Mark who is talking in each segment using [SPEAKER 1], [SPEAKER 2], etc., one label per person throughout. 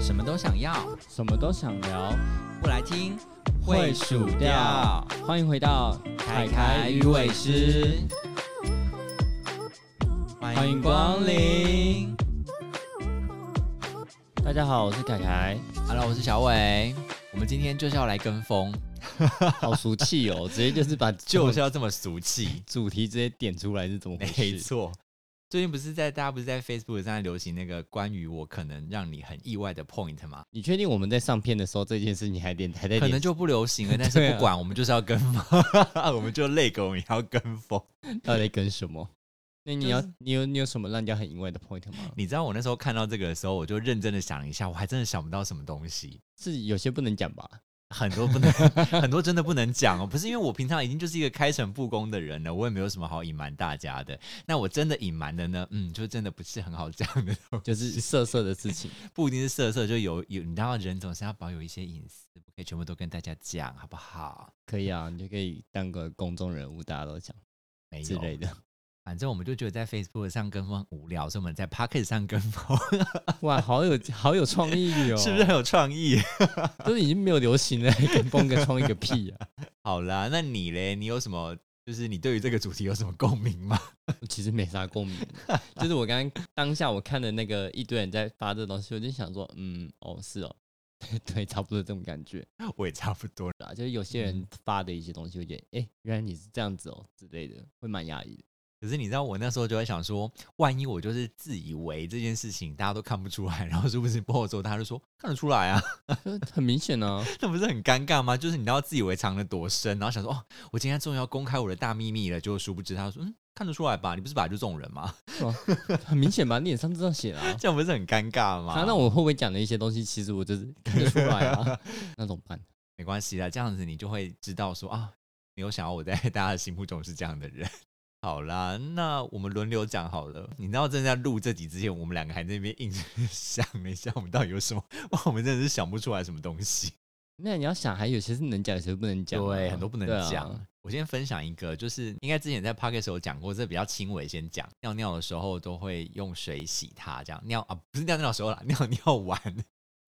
[SPEAKER 1] 什么都想要，
[SPEAKER 2] 什么都想聊，
[SPEAKER 1] 不来听
[SPEAKER 2] 会数掉。欢迎回到凯凯鱼尾狮，，欢迎光临。大家好，我是凯凯，
[SPEAKER 1] Hello，我是小伟。我们今天就是要来跟风，
[SPEAKER 2] 好俗气哦，直接就是把
[SPEAKER 1] 就是要这么俗 气。
[SPEAKER 2] 主题直接点出来是怎么回
[SPEAKER 1] 没
[SPEAKER 2] 事？
[SPEAKER 1] 错，最近不是在大家不是在 Facebook 上流行那个关于我可能让你很意外的 point 吗？
[SPEAKER 2] 你确定我们在上片的时候这件事你还点还在
[SPEAKER 1] 可能
[SPEAKER 2] 点？
[SPEAKER 1] 就不流行了，但
[SPEAKER 2] 对
[SPEAKER 1] 是
[SPEAKER 2] 啊
[SPEAKER 1] 不管，我们就是要跟风， 我们就累狗也要跟风。
[SPEAKER 2] 到底在呃跟什么？那你
[SPEAKER 1] 就
[SPEAKER 2] 要、
[SPEAKER 1] 是
[SPEAKER 2] 你有你有什么让人家很意外的 point 吗？
[SPEAKER 1] 你知道我那时候看到这个的时候，我就认真的想一下，我还真的想不到什么东西，
[SPEAKER 2] 是有些不能讲吧？
[SPEAKER 1] 很多不能，很多真的不能讲哦。不是因为我平常已经就是一个开诚布公的人了，我也没有什么好隐瞒大家的。那我真的隐瞒的呢，嗯，就真的不是很好讲的东西，
[SPEAKER 2] 就是色色的事情，
[SPEAKER 1] 不一定是色色，就有有，你知道人总是要保有一些隐私，不可以全部都跟大家讲，好不好？
[SPEAKER 2] 可以啊，你就可以当个公众人物，大家都讲
[SPEAKER 1] 没
[SPEAKER 2] 之类
[SPEAKER 1] 有，
[SPEAKER 2] 的。
[SPEAKER 1] 反正我们就觉得在 Facebook 上跟风很无聊，所以我们在 Pocket 上跟风，
[SPEAKER 2] 哇，好有好有创意 哦！
[SPEAKER 1] 是不是很有创意？
[SPEAKER 2] 都已经没有流行了， 还跟风个创意个屁啊！
[SPEAKER 1] 好啦，那你嘞？你有什么？就是你对于这个主题有什么共鸣吗？
[SPEAKER 2] 我 其实没啥共鸣， 就是我刚刚当下我看的那个一堆人在发这东西，我就想说，嗯，哦，是哦， 对，差不多这种感觉
[SPEAKER 1] 我也差不多。
[SPEAKER 2] 啊。就是有些
[SPEAKER 1] 嗯
[SPEAKER 2] 人发的一些东西，我觉得，哎、原来你是这样子哦之类的，会蛮压抑的。
[SPEAKER 1] 可是你知道，我那时候就在想说，万一我就是自以为这件事情大家都看不出来，然后是不是播了之后大家就说看得出来啊？
[SPEAKER 2] 就很明显啊，
[SPEAKER 1] 那不是很尴尬吗？就是你知道自以为藏得多深，然后想说哦，我今天终于要公开我的大秘密了，就殊不知他说嗯看得出来吧，你不是本来就这种人吗？。
[SPEAKER 2] 很明显吧？脸上这样写啦、啊
[SPEAKER 1] 这样不是很尴尬吗？
[SPEAKER 2] 啊，那我会不会讲的一些东西，其实 我就是看得出来啊？ 那怎么办？
[SPEAKER 1] 没关系啦，这样子你就会知道说啊，没有想要我在 大家的心目中是这样的人。好啦，那我们轮流讲好了。你知道正在录这集之前，我们两个还在那边硬 想了一下，我们到底有什么？ 哇，我们真的是想不出来什么东西。
[SPEAKER 2] 那你要想，还有些是能讲，有些不能讲啊、
[SPEAKER 1] 很多不能
[SPEAKER 2] 对啊
[SPEAKER 1] 讲。我先分享一个，就是应该之前在 p o c k e t 时候讲过，这比较轻微，先讲。尿尿的时候都会用水洗它，这样尿啊不是尿尿的时候啦， 尿尿完，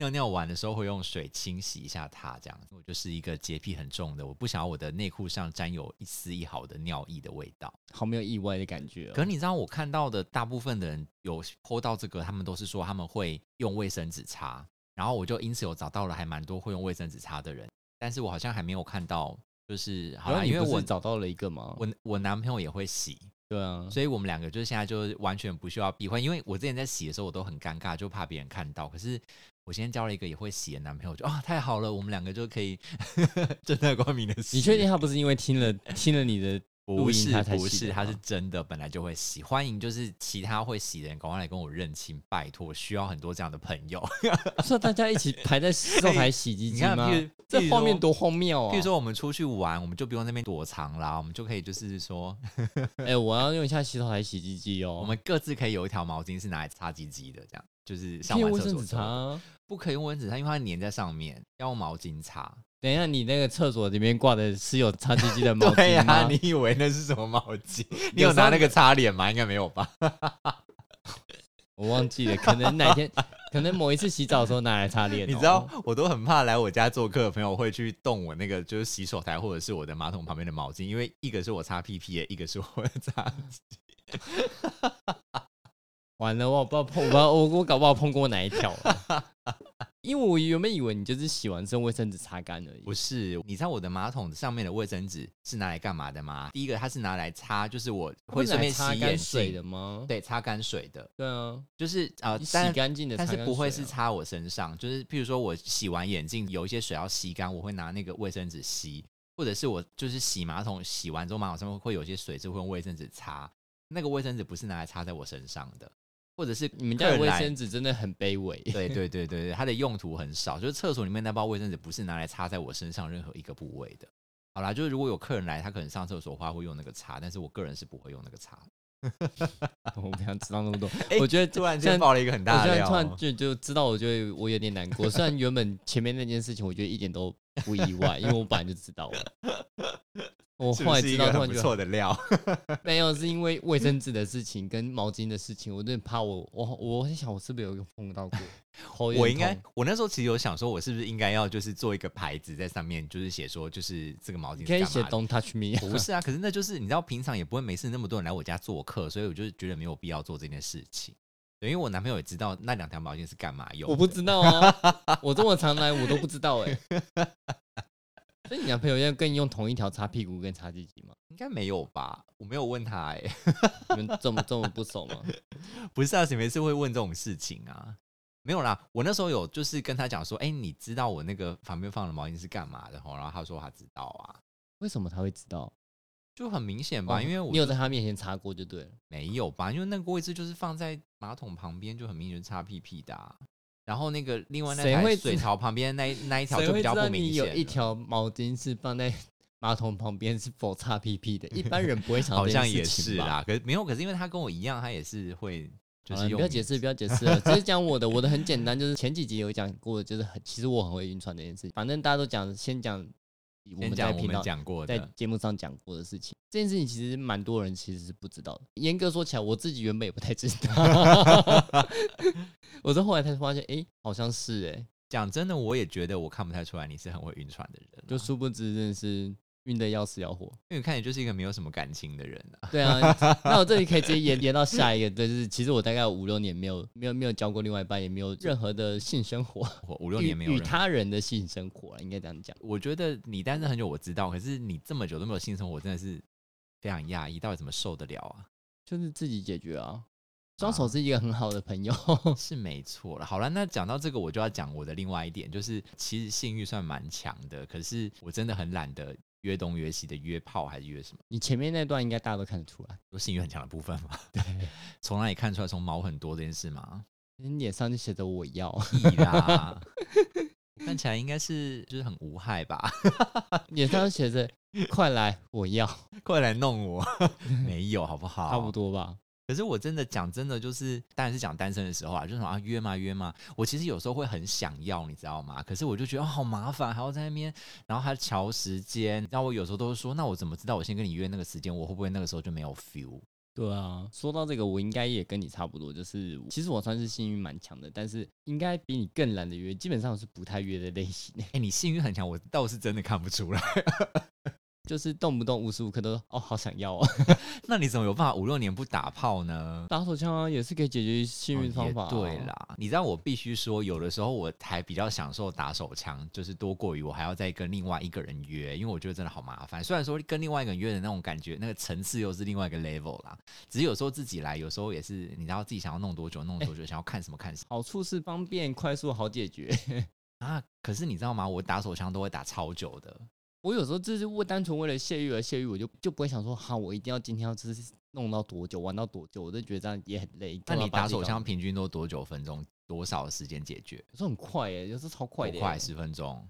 [SPEAKER 1] 尿尿完的时候会用水清洗一下它，这样。我就是一个洁癖很重的，我不想要我的内裤上沾有一丝一毫的尿液的味道。
[SPEAKER 2] 好没有意外的感觉、
[SPEAKER 1] 可
[SPEAKER 2] 哦。
[SPEAKER 1] 是你知道，我看到的大部分的人有剖到这个，他们都是说他们会用卫生纸擦，然后我就因此有找到了还蛮多会用卫生纸擦的人，但是我好像还没有看到，就是好
[SPEAKER 2] 然
[SPEAKER 1] 了，
[SPEAKER 2] 后你
[SPEAKER 1] 因为
[SPEAKER 2] 不是
[SPEAKER 1] 我
[SPEAKER 2] 找到了一个嘛，
[SPEAKER 1] 我我男朋友也会洗，
[SPEAKER 2] 对啊，
[SPEAKER 1] 所以我们两个就是现在就是完全不需要避讳，因为我之前在洗的时候我都很尴尬，就怕别人看到，可是。我今天交了一个也会洗的男朋友，我就啊、太好了，我们两个就可以 正大光明的洗。
[SPEAKER 2] 你确定他不是因为 听了听了你的？录
[SPEAKER 1] 不
[SPEAKER 2] 音
[SPEAKER 1] 是
[SPEAKER 2] 他才
[SPEAKER 1] 不
[SPEAKER 2] 洗
[SPEAKER 1] 是，
[SPEAKER 2] 的
[SPEAKER 1] 他
[SPEAKER 2] 吗
[SPEAKER 1] 是真的本来就会洗。欢迎就是其他会洗的人，赶快来跟我认亲，拜托，需要很多这样的朋友。
[SPEAKER 2] 说哦大家一起排在后台洗衣
[SPEAKER 1] 哎你
[SPEAKER 2] 机
[SPEAKER 1] 看，
[SPEAKER 2] 吗
[SPEAKER 1] 譬？如
[SPEAKER 2] 这
[SPEAKER 1] 譬
[SPEAKER 2] 画面。
[SPEAKER 1] 如说
[SPEAKER 2] 多荒谬啊！
[SPEAKER 1] 譬如，说我们出去玩，我们就不用在那边躲藏啦，我们就可以就是 说，
[SPEAKER 2] 哎，我要用一下洗手台洗衣机哦。
[SPEAKER 1] 我们各自可以有一条毛巾是拿来擦鸡鸡的，这样就是上
[SPEAKER 2] 可以
[SPEAKER 1] 完
[SPEAKER 2] 用卫
[SPEAKER 1] 厕
[SPEAKER 2] 生
[SPEAKER 1] 所
[SPEAKER 2] 纸
[SPEAKER 1] 之
[SPEAKER 2] 擦
[SPEAKER 1] 后
[SPEAKER 2] 啊。
[SPEAKER 1] 不可以用卫生纸擦，因为它粘在上面，要用毛巾擦。
[SPEAKER 2] 等一下，你那个厕所里面挂的是有擦鸡鸡的毛
[SPEAKER 1] 对
[SPEAKER 2] 巾
[SPEAKER 1] 呀、
[SPEAKER 2] 吗？
[SPEAKER 1] 你以为那是什么毛 巾？你
[SPEAKER 2] 有
[SPEAKER 1] 有拿
[SPEAKER 2] 时候
[SPEAKER 1] 那个擦脸吗？应该没有吧？
[SPEAKER 2] 我忘记了，可 能哪天，可能某一次洗澡的时候拿来擦脸哦。
[SPEAKER 1] 你知道，我都很怕来我家做客的朋友会去动我那个就是洗手台或者是我的马桶旁边的毛巾，因为一个是我擦屁屁的，一个是我 擦。
[SPEAKER 2] 嗯完了，我不知道碰，我不知道我我搞不好碰过哪一条 了因为我原本以为你就是洗完之后卫生纸擦干而已
[SPEAKER 1] 不。是，你知道我的马桶上面的卫生纸是拿来干嘛的吗？第一个它是拿来擦，就是我会顺便洗
[SPEAKER 2] 不是拿来擦
[SPEAKER 1] 眼
[SPEAKER 2] 干水
[SPEAKER 1] 镜
[SPEAKER 2] 的，吗？
[SPEAKER 1] 对，擦干水的，
[SPEAKER 2] 对啊，
[SPEAKER 1] 就是啊，
[SPEAKER 2] 你洗
[SPEAKER 1] 但
[SPEAKER 2] 干净的擦
[SPEAKER 1] 但
[SPEAKER 2] 干
[SPEAKER 1] 是
[SPEAKER 2] 水啊，
[SPEAKER 1] 不会是擦我身上，就是譬如说我洗完眼镜有一些水要吸干，我会拿那个卫生纸吸，或者是我就是洗马桶洗完之后马桶上面会有一些水是会用卫生纸擦，那个卫生纸不是拿来擦在我身上的，或者是
[SPEAKER 2] 你们家的
[SPEAKER 1] 客
[SPEAKER 2] 卫
[SPEAKER 1] 人来
[SPEAKER 2] 生纸真的很卑微。
[SPEAKER 1] 对对对对对，它的用途很少，就是厕所里面那包卫生纸不是拿来擦在我身上任何一个部位的。好啦，就是如果有客人来，他可能上厕所的话会用那个擦，但是我个人是不会用那个擦。
[SPEAKER 2] 啊 我不想知道那么多
[SPEAKER 1] 哎，
[SPEAKER 2] 我觉得 这
[SPEAKER 1] 突然
[SPEAKER 2] 这
[SPEAKER 1] 间
[SPEAKER 2] 样
[SPEAKER 1] 爆了一个很
[SPEAKER 2] 我
[SPEAKER 1] 大
[SPEAKER 2] 现
[SPEAKER 1] 的
[SPEAKER 2] 在
[SPEAKER 1] 料
[SPEAKER 2] 突然
[SPEAKER 1] 哦，
[SPEAKER 2] 就就知道，我觉得我有点难过。虽然原本前面那件事情，我觉得一点都不意外，因为我本来就知道了。我
[SPEAKER 1] 是
[SPEAKER 2] 后
[SPEAKER 1] 不
[SPEAKER 2] 来
[SPEAKER 1] 是
[SPEAKER 2] 知
[SPEAKER 1] 一
[SPEAKER 2] 道
[SPEAKER 1] 个
[SPEAKER 2] 他
[SPEAKER 1] 很
[SPEAKER 2] 们
[SPEAKER 1] 不
[SPEAKER 2] 就
[SPEAKER 1] 错的料？
[SPEAKER 2] 没有，是因为卫生纸的事情跟毛巾的事情，我真的怕我我我在想我是不是有碰到 过，头有
[SPEAKER 1] 我
[SPEAKER 2] 点
[SPEAKER 1] 应该
[SPEAKER 2] 痛，
[SPEAKER 1] 我那时候其实有想说，我是不是应该要就是做一个牌子在上面，就是写说就是这个毛巾
[SPEAKER 2] 你可以
[SPEAKER 1] 是
[SPEAKER 2] 写
[SPEAKER 1] 干嘛的
[SPEAKER 2] Don't touch me，
[SPEAKER 1] 不是啊，可是那就是你知道，平常也不会没事那么多人来我家做客，所以我就是觉得没有必要做这件事情。对，因为我男朋友也知道那两条毛巾是干嘛用的，
[SPEAKER 2] 我不知道 啊，我这么常来我都不知道哎、所以你男朋友要跟你用同一条擦屁股跟擦鸡鸡吗？
[SPEAKER 1] 应该没有吧？我没有问他、欸，
[SPEAKER 2] 你们这么这么不熟吗？
[SPEAKER 1] 不是啊，谁没事会问这种事情啊？没有啦，我那时候有就是跟他讲说，哎、你知道我那个旁边放的毛巾是干嘛的吼？然后他说他知道啊，
[SPEAKER 2] 为什么他会知道？
[SPEAKER 1] 就很明显吧，
[SPEAKER 2] 哦
[SPEAKER 1] 因为我
[SPEAKER 2] 你有在他面前擦过就对了。
[SPEAKER 1] 没有吧？因为那个位置就是放在马桶旁边，就很明显是擦屁屁的、啊。然后那个另外那
[SPEAKER 2] 谁
[SPEAKER 1] 台
[SPEAKER 2] 会知
[SPEAKER 1] 水槽旁边那一那一条
[SPEAKER 2] 谁
[SPEAKER 1] 就
[SPEAKER 2] 会
[SPEAKER 1] 比
[SPEAKER 2] 知
[SPEAKER 1] 较
[SPEAKER 2] 道
[SPEAKER 1] 不明
[SPEAKER 2] 你
[SPEAKER 1] 显
[SPEAKER 2] 有
[SPEAKER 1] 了。
[SPEAKER 2] 一条毛巾是放在马桶旁边是否擦屁屁的？一般人不会想到
[SPEAKER 1] 好
[SPEAKER 2] 这
[SPEAKER 1] 像
[SPEAKER 2] 件
[SPEAKER 1] 也
[SPEAKER 2] 事情
[SPEAKER 1] 是
[SPEAKER 2] 吧。
[SPEAKER 1] 啦，可是没有，可是因为他跟我一样，他也是会就
[SPEAKER 2] 好
[SPEAKER 1] 是
[SPEAKER 2] 了你
[SPEAKER 1] 用
[SPEAKER 2] 不要解
[SPEAKER 1] 你
[SPEAKER 2] 释，不要解释了，只是讲 我的，我的很简单，就是前几集有讲过，就是很其实我很会晕船这件事情。反正大家都讲，先讲我
[SPEAKER 1] 先
[SPEAKER 2] 们在
[SPEAKER 1] 讲我
[SPEAKER 2] 频
[SPEAKER 1] 们
[SPEAKER 2] 道
[SPEAKER 1] 讲过
[SPEAKER 2] 在
[SPEAKER 1] 的，
[SPEAKER 2] 节目上讲过的事情。这件事情其实蛮多人其实是不知道的。严格说起来，我自己原本也不太知道，我是后来才发现，哎、好像是哎、
[SPEAKER 1] 讲真的，我也觉得我看不太出来你是很会晕船的人啊，
[SPEAKER 2] 就殊不知真的是晕的要死要 活。
[SPEAKER 1] 因为看你就是一个没有什么感情的人啊。
[SPEAKER 2] 对啊，那我这里可以直接延延到下一个，就是其实我大概有五六年没有没有没有交过另外一半，也没有任何的性生活，
[SPEAKER 1] 我五六年没有
[SPEAKER 2] 与与
[SPEAKER 1] 人，
[SPEAKER 2] 他人的性生活了，应该这样讲。
[SPEAKER 1] 我觉得你单身很久，我知道，可是你这么久都没有性生活，我真的是非常讶异，到底怎么受得了啊？
[SPEAKER 2] 就是自己解决啊。双手是一个很好的朋友，
[SPEAKER 1] 是没错了。好了，那讲到这个，我就要讲我的另外一点，就是其实性欲算蛮强的，可是我真的很懒得约东约西的约炮还是约什么。
[SPEAKER 2] 你前面那段应该大家都看得出来，
[SPEAKER 1] 说性欲很强的部分嘛。对， 从哪里看出来从毛很多这件事吗？
[SPEAKER 2] 你脸上就写着我要，
[SPEAKER 1] 屁 啦，我看起来应该是就是很无害吧？
[SPEAKER 2] 脸上写着快来我 要，
[SPEAKER 1] 快来弄我， 没有好不好？
[SPEAKER 2] 差不。多吧。
[SPEAKER 1] 可是我真的讲真的，就是当然是讲单身的时候啊，就是说啊约嘛约嘛，我其实有时候会很想要，你知道吗？可是我就觉得、哦、好麻烦，还要在那边，然后还调时间。然后我有时候都会说，那我怎么知道我先跟你约那个时间，我会不会那个时候就没有 feel？
[SPEAKER 2] 对啊，说到这个，我应该也跟你差不多，就是其实我算是幸运蛮强的，但是应该比你更懒得约，基本上我是不太约的类型，
[SPEAKER 1] 哎、你性欲很强，我倒是真的看不出来。
[SPEAKER 2] 就是动不动无时无刻都哦好想要哦，
[SPEAKER 1] 那你怎么有办法五六年不打炮呢？
[SPEAKER 2] 打手枪啊也是可以解决幸运
[SPEAKER 1] 哦
[SPEAKER 2] 方
[SPEAKER 1] 也
[SPEAKER 2] 法、啊
[SPEAKER 1] 对，啦，你知道我必须说，有的时候我还比较享受打手枪，就是多过于我还要再跟另外一个人约，因为我觉得真的好麻烦。虽然说跟另外一个人约的那种感觉，那个层次又是另外一个 level 啦。只是有时候自己来，有时候也是你知道自己想要弄多久弄
[SPEAKER 2] 哎
[SPEAKER 1] 多久，想要看什么看什
[SPEAKER 2] 好处是方便、快速、好解决。
[SPEAKER 1] 么啊。可是你知道吗？我打手枪都会打超久的。
[SPEAKER 2] 我有时候就是为单纯为了泄欲而泄欲，我就就不会想说，哈，我一定要今天要就是弄到多久，玩到多久，我就觉得这样也很累。
[SPEAKER 1] 那
[SPEAKER 2] 干嘛
[SPEAKER 1] 你
[SPEAKER 2] 把
[SPEAKER 1] 打
[SPEAKER 2] 自己
[SPEAKER 1] 手
[SPEAKER 2] 搞
[SPEAKER 1] 枪，平均都多久分钟？多少时间解决？
[SPEAKER 2] 有时候很快耶、有时候超快哦的
[SPEAKER 1] 多
[SPEAKER 2] 耶、
[SPEAKER 1] 快十分钟，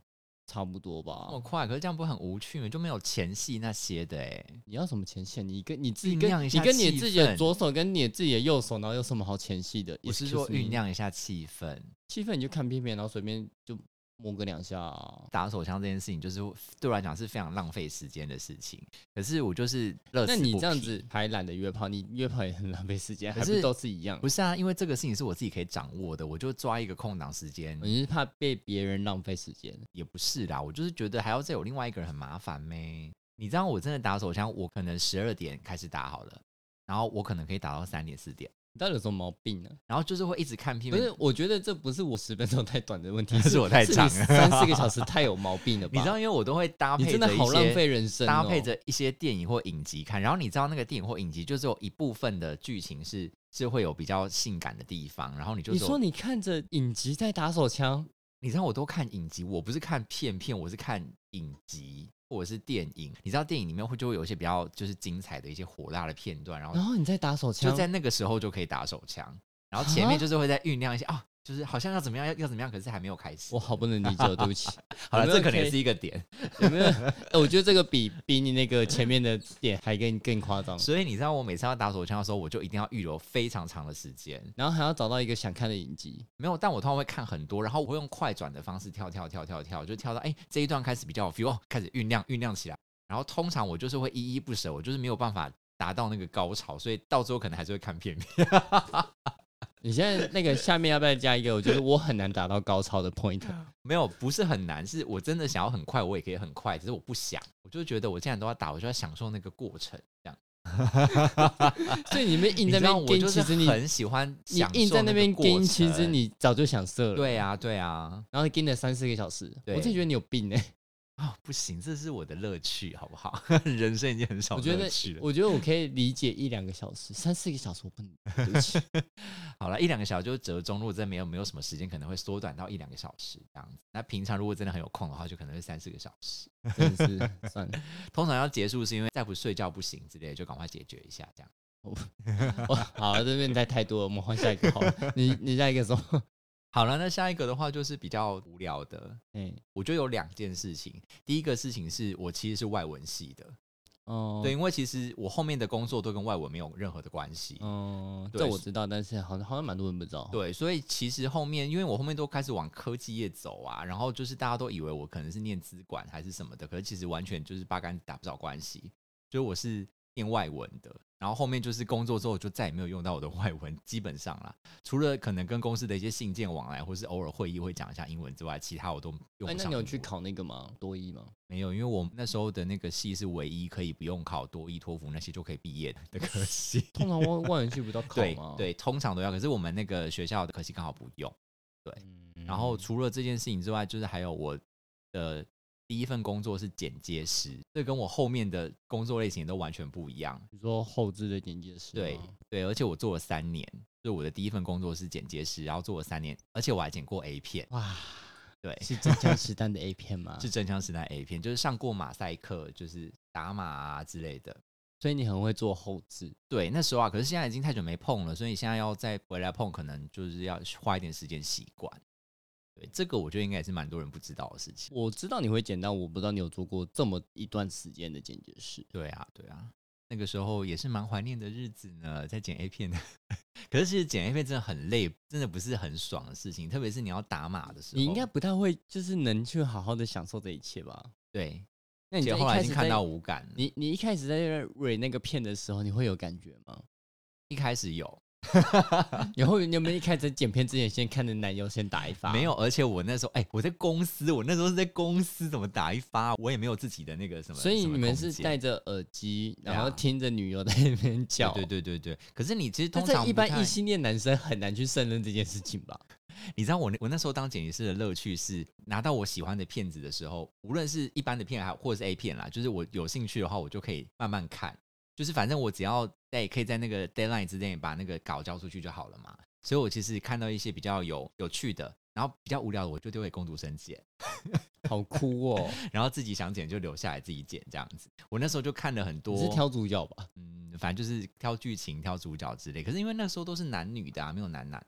[SPEAKER 2] 差不多吧
[SPEAKER 1] 那。么快，可是这样不会很无趣吗？就没有前戏那些的哎、
[SPEAKER 2] 你要什么前戏？你跟你自己
[SPEAKER 1] 酝
[SPEAKER 2] 跟
[SPEAKER 1] 酿一
[SPEAKER 2] 你
[SPEAKER 1] 下
[SPEAKER 2] 跟你
[SPEAKER 1] 气
[SPEAKER 2] 自己的
[SPEAKER 1] 氛
[SPEAKER 2] 左手跟你自己的右手，然后有什么好前戏的？
[SPEAKER 1] 我是说
[SPEAKER 2] Excuse me
[SPEAKER 1] 酝酿一下气氛。
[SPEAKER 2] 气氛，你就看片片，然后随便就摸个两下啊、
[SPEAKER 1] 打手枪这件事情，就是对我来讲是非常浪费时间的事情。可是我就是乐
[SPEAKER 2] 那
[SPEAKER 1] 此
[SPEAKER 2] 你
[SPEAKER 1] 不
[SPEAKER 2] 这样
[SPEAKER 1] 疲
[SPEAKER 2] 子还懒得约炮，你约炮也很浪费时间，
[SPEAKER 1] 可
[SPEAKER 2] 还不
[SPEAKER 1] 是
[SPEAKER 2] 都是一样哦
[SPEAKER 1] 不？是啊？因为这个事情是我自己可以掌握的，我就抓一个空档时间，
[SPEAKER 2] 你是怕被别人浪费时间？
[SPEAKER 1] 也不是啦。我就是觉得还要再有另外一个人很麻烦呗。你知道我真的打手枪，我可能十二点开始打好了，然后我可能可以打到三点四点，
[SPEAKER 2] 你到底有什么毛病呢、
[SPEAKER 1] 然后就是会一直看片
[SPEAKER 2] 不
[SPEAKER 1] 片。
[SPEAKER 2] 是，我觉得这不是我十分钟太短的 问题，
[SPEAKER 1] 是我太长了
[SPEAKER 2] 三四个小时太有毛病了吧？
[SPEAKER 1] 你知道，因为我都会搭
[SPEAKER 2] 你
[SPEAKER 1] 配
[SPEAKER 2] 真的
[SPEAKER 1] 着一
[SPEAKER 2] 好浪
[SPEAKER 1] 些
[SPEAKER 2] 费人生、哦，
[SPEAKER 1] 搭配着一些电影或影集看，然后你知道那个电影或影集就只有一部分的剧情是是会有比较性感的地方，然后你就
[SPEAKER 2] 你
[SPEAKER 1] 走
[SPEAKER 2] 说你看着影集在打手枪，
[SPEAKER 1] 你知道我都看影集，我不是看片片，我是看影集或者是电影。你知道电影里面会就会有一些比较就是精彩的一些火辣的片段，然后
[SPEAKER 2] 然后你在打手枪，
[SPEAKER 1] 哦就在那个时候就可以打手枪，然后前面
[SPEAKER 2] 啊
[SPEAKER 1] 就是会在酝酿一些啊，就是好像要怎么样要要怎么样，可是还没有开始
[SPEAKER 2] 我。好不能理解哦，对不起。
[SPEAKER 1] 好了，
[SPEAKER 2] 有没有
[SPEAKER 1] 这可能
[SPEAKER 2] 可
[SPEAKER 1] 也
[SPEAKER 2] 以
[SPEAKER 1] 是一个点。
[SPEAKER 2] 有 没有？哎我觉得这个比比你那个前面的点还更更夸张，
[SPEAKER 1] 所以你知道我每次要打手枪的时候，我就一定要预留非常长的时间。
[SPEAKER 2] 然后还要找到一个想看的影集，
[SPEAKER 1] 没有，但我通常会看很多，然后我会用快转的方式跳跳跳跳跳，就跳到哎、这一段开始比较有 feel，、哦、开始酝酿酝酿起来，然后通常我就是会依依不舍，我就是没有办法达到那个高潮，所以到最后可能还是会看片片。
[SPEAKER 2] 你现在那个下面要不要加一个？我觉得我很难达到高超的 point。
[SPEAKER 1] 没有，不是很难，是我真的想要很快，我也可以很快，只是我不想，我就觉得我既然都要打，我就要享受那个过程，这样。
[SPEAKER 2] 所以你们硬
[SPEAKER 1] 你
[SPEAKER 2] 在
[SPEAKER 1] 知
[SPEAKER 2] 那
[SPEAKER 1] 道，
[SPEAKER 2] 边
[SPEAKER 1] 我
[SPEAKER 2] 跟，
[SPEAKER 1] 就
[SPEAKER 2] 其
[SPEAKER 1] 是
[SPEAKER 2] 实你
[SPEAKER 1] 很喜欢
[SPEAKER 2] 你
[SPEAKER 1] 享受
[SPEAKER 2] 硬在那
[SPEAKER 1] 那
[SPEAKER 2] 边
[SPEAKER 1] 个过
[SPEAKER 2] 跟，其实
[SPEAKER 1] 程
[SPEAKER 2] 你早就想射了。
[SPEAKER 1] 对啊，对啊，
[SPEAKER 2] 然后跟了三四个小时，我
[SPEAKER 1] 对
[SPEAKER 2] 自己觉得你有病哎、
[SPEAKER 1] 啊、不行，这是我的乐趣，好不好？ 人生已经很少
[SPEAKER 2] 我觉
[SPEAKER 1] 乐
[SPEAKER 2] 得
[SPEAKER 1] 趣，了。
[SPEAKER 2] 我觉得我可以理解一两个小时，三四个小时我不能。对 不起
[SPEAKER 1] 好了，一两个小时就折中，如果真的没有没有什么时间，可能会缩短到一两个小时这样子。那平常如果真的很有空的话，就可能会三四个小时。
[SPEAKER 2] 真的是算了，
[SPEAKER 1] 通常要结束是因为再不睡觉不行之类的，就赶快解决一下这样。
[SPEAKER 2] 我哦好了，这边太太多了，我们换下一个好了。你你下一 个什么？
[SPEAKER 1] 好了，那下一个的话就是比较无聊的，
[SPEAKER 2] 哎、
[SPEAKER 1] 我觉得有两件事情。第一个事情是我其实是外文系的，
[SPEAKER 2] 哦，
[SPEAKER 1] 对，因为其实我后面的工作都跟外文没有任何的关系。
[SPEAKER 2] 哦，
[SPEAKER 1] 对
[SPEAKER 2] 这我知道，但是好像好像蛮多人不知道。，
[SPEAKER 1] 对，所以其实后面，因为我后面都开始往科技业走啊，然后就是大家都以为我可能是念资管还是什么的，可是其实完全就是八竿子打不着关系，所以我是念外文的。然后后面就是工作之后，就再也没有用到我的外文，基本上啦，除了可能跟公司的一些信件往来，或是偶尔会议会讲一下英文之外，其他我都用
[SPEAKER 2] 哎、
[SPEAKER 1] 不
[SPEAKER 2] 那
[SPEAKER 1] 上英文。
[SPEAKER 2] 你有去考那个吗？多一 吗？
[SPEAKER 1] 没有，因为我们那时候的那个系是唯一可以不用考多益、托福那些就可以毕业的科 系。
[SPEAKER 2] 通常外外文系不 都考
[SPEAKER 1] 对
[SPEAKER 2] 吗？，
[SPEAKER 1] 对，通常都要，可是我们那个学校的科系刚好不用。
[SPEAKER 2] 嗯
[SPEAKER 1] 然后除了这件事情之外，就是还有我的第一份工作是剪接师，这跟我后面的工作类型都完全不一样。
[SPEAKER 2] 你说后置的剪接师吗，
[SPEAKER 1] 对对，而且我做了三年，所以我的第一份工作是剪接师，然后做了三年，而且我还剪过 A 片，
[SPEAKER 2] 哇，
[SPEAKER 1] 对，
[SPEAKER 2] 是真 枪实弹的 A 片吗？
[SPEAKER 1] 是真枪实弹 A 片，就是上过马赛克，就是打码啊之类的。
[SPEAKER 2] 所以你很会做后置。
[SPEAKER 1] 对，那时候啊，可是现在已经太久没碰了，所以现在要再回来碰，可能就是要花一点时间习惯。对，这个我觉得应该也是蛮多人不知道的事情。
[SPEAKER 2] 我知道你会剪，但我不知道你有做过这么一段时间的剪接师。
[SPEAKER 1] 对啊，对啊，那个时候也是蛮怀念的日子呢，在剪 A 片的。 可是其实剪 A 片真的很累，真的不是很爽的事情，特别是你要打码的时候。
[SPEAKER 2] 你应该不太会，就是能去好好的享受这一切吧？
[SPEAKER 1] 对，
[SPEAKER 2] 那
[SPEAKER 1] 而
[SPEAKER 2] 你
[SPEAKER 1] 且
[SPEAKER 2] 在一
[SPEAKER 1] 后来
[SPEAKER 2] 开
[SPEAKER 1] 已
[SPEAKER 2] 始
[SPEAKER 1] 经看
[SPEAKER 2] 在
[SPEAKER 1] 到无感了，
[SPEAKER 2] 你你一开始在蕊那个片的时候，你会有感觉吗？
[SPEAKER 1] 一开始有
[SPEAKER 2] 然后你有没有一开始剪片之前先看着男优先打一发？
[SPEAKER 1] 没有？而且我那时候，哎、我在公司，我那时候是在公司怎么打一发，我也没有自己的那个什么，
[SPEAKER 2] 所以
[SPEAKER 1] 什么
[SPEAKER 2] 你们
[SPEAKER 1] 空
[SPEAKER 2] 是
[SPEAKER 1] 间
[SPEAKER 2] 戴着耳机，
[SPEAKER 1] 对啊
[SPEAKER 2] 然后听着女优在那边叫。
[SPEAKER 1] 对对对对对。可是你其实
[SPEAKER 2] 那
[SPEAKER 1] 通
[SPEAKER 2] 这
[SPEAKER 1] 常
[SPEAKER 2] 一
[SPEAKER 1] 不
[SPEAKER 2] 般
[SPEAKER 1] 太
[SPEAKER 2] 异性恋男生很难去胜任这件事 情吧？
[SPEAKER 1] 你知道我那我那时候当剪辑师的乐趣是拿到我喜欢的片子的时候，无论是一般的片还或者是 A 片啦，就是我有兴趣的话，我就可以慢慢看。就是反正我只要在可以在那个 deadline 之内把那个稿交出去就好了嘛。所以我其实看到一些比较有有趣的，然后比较无聊的，我就丢给工读生剪，
[SPEAKER 2] 好酷哦！
[SPEAKER 1] 然后自己想剪就留下来自己剪这样子。我那时候就看了很多，
[SPEAKER 2] 你是挑主角吧？
[SPEAKER 1] 嗯，反正就是挑剧情、挑主角之类。可是因为那时候都是男女的啊，没有男男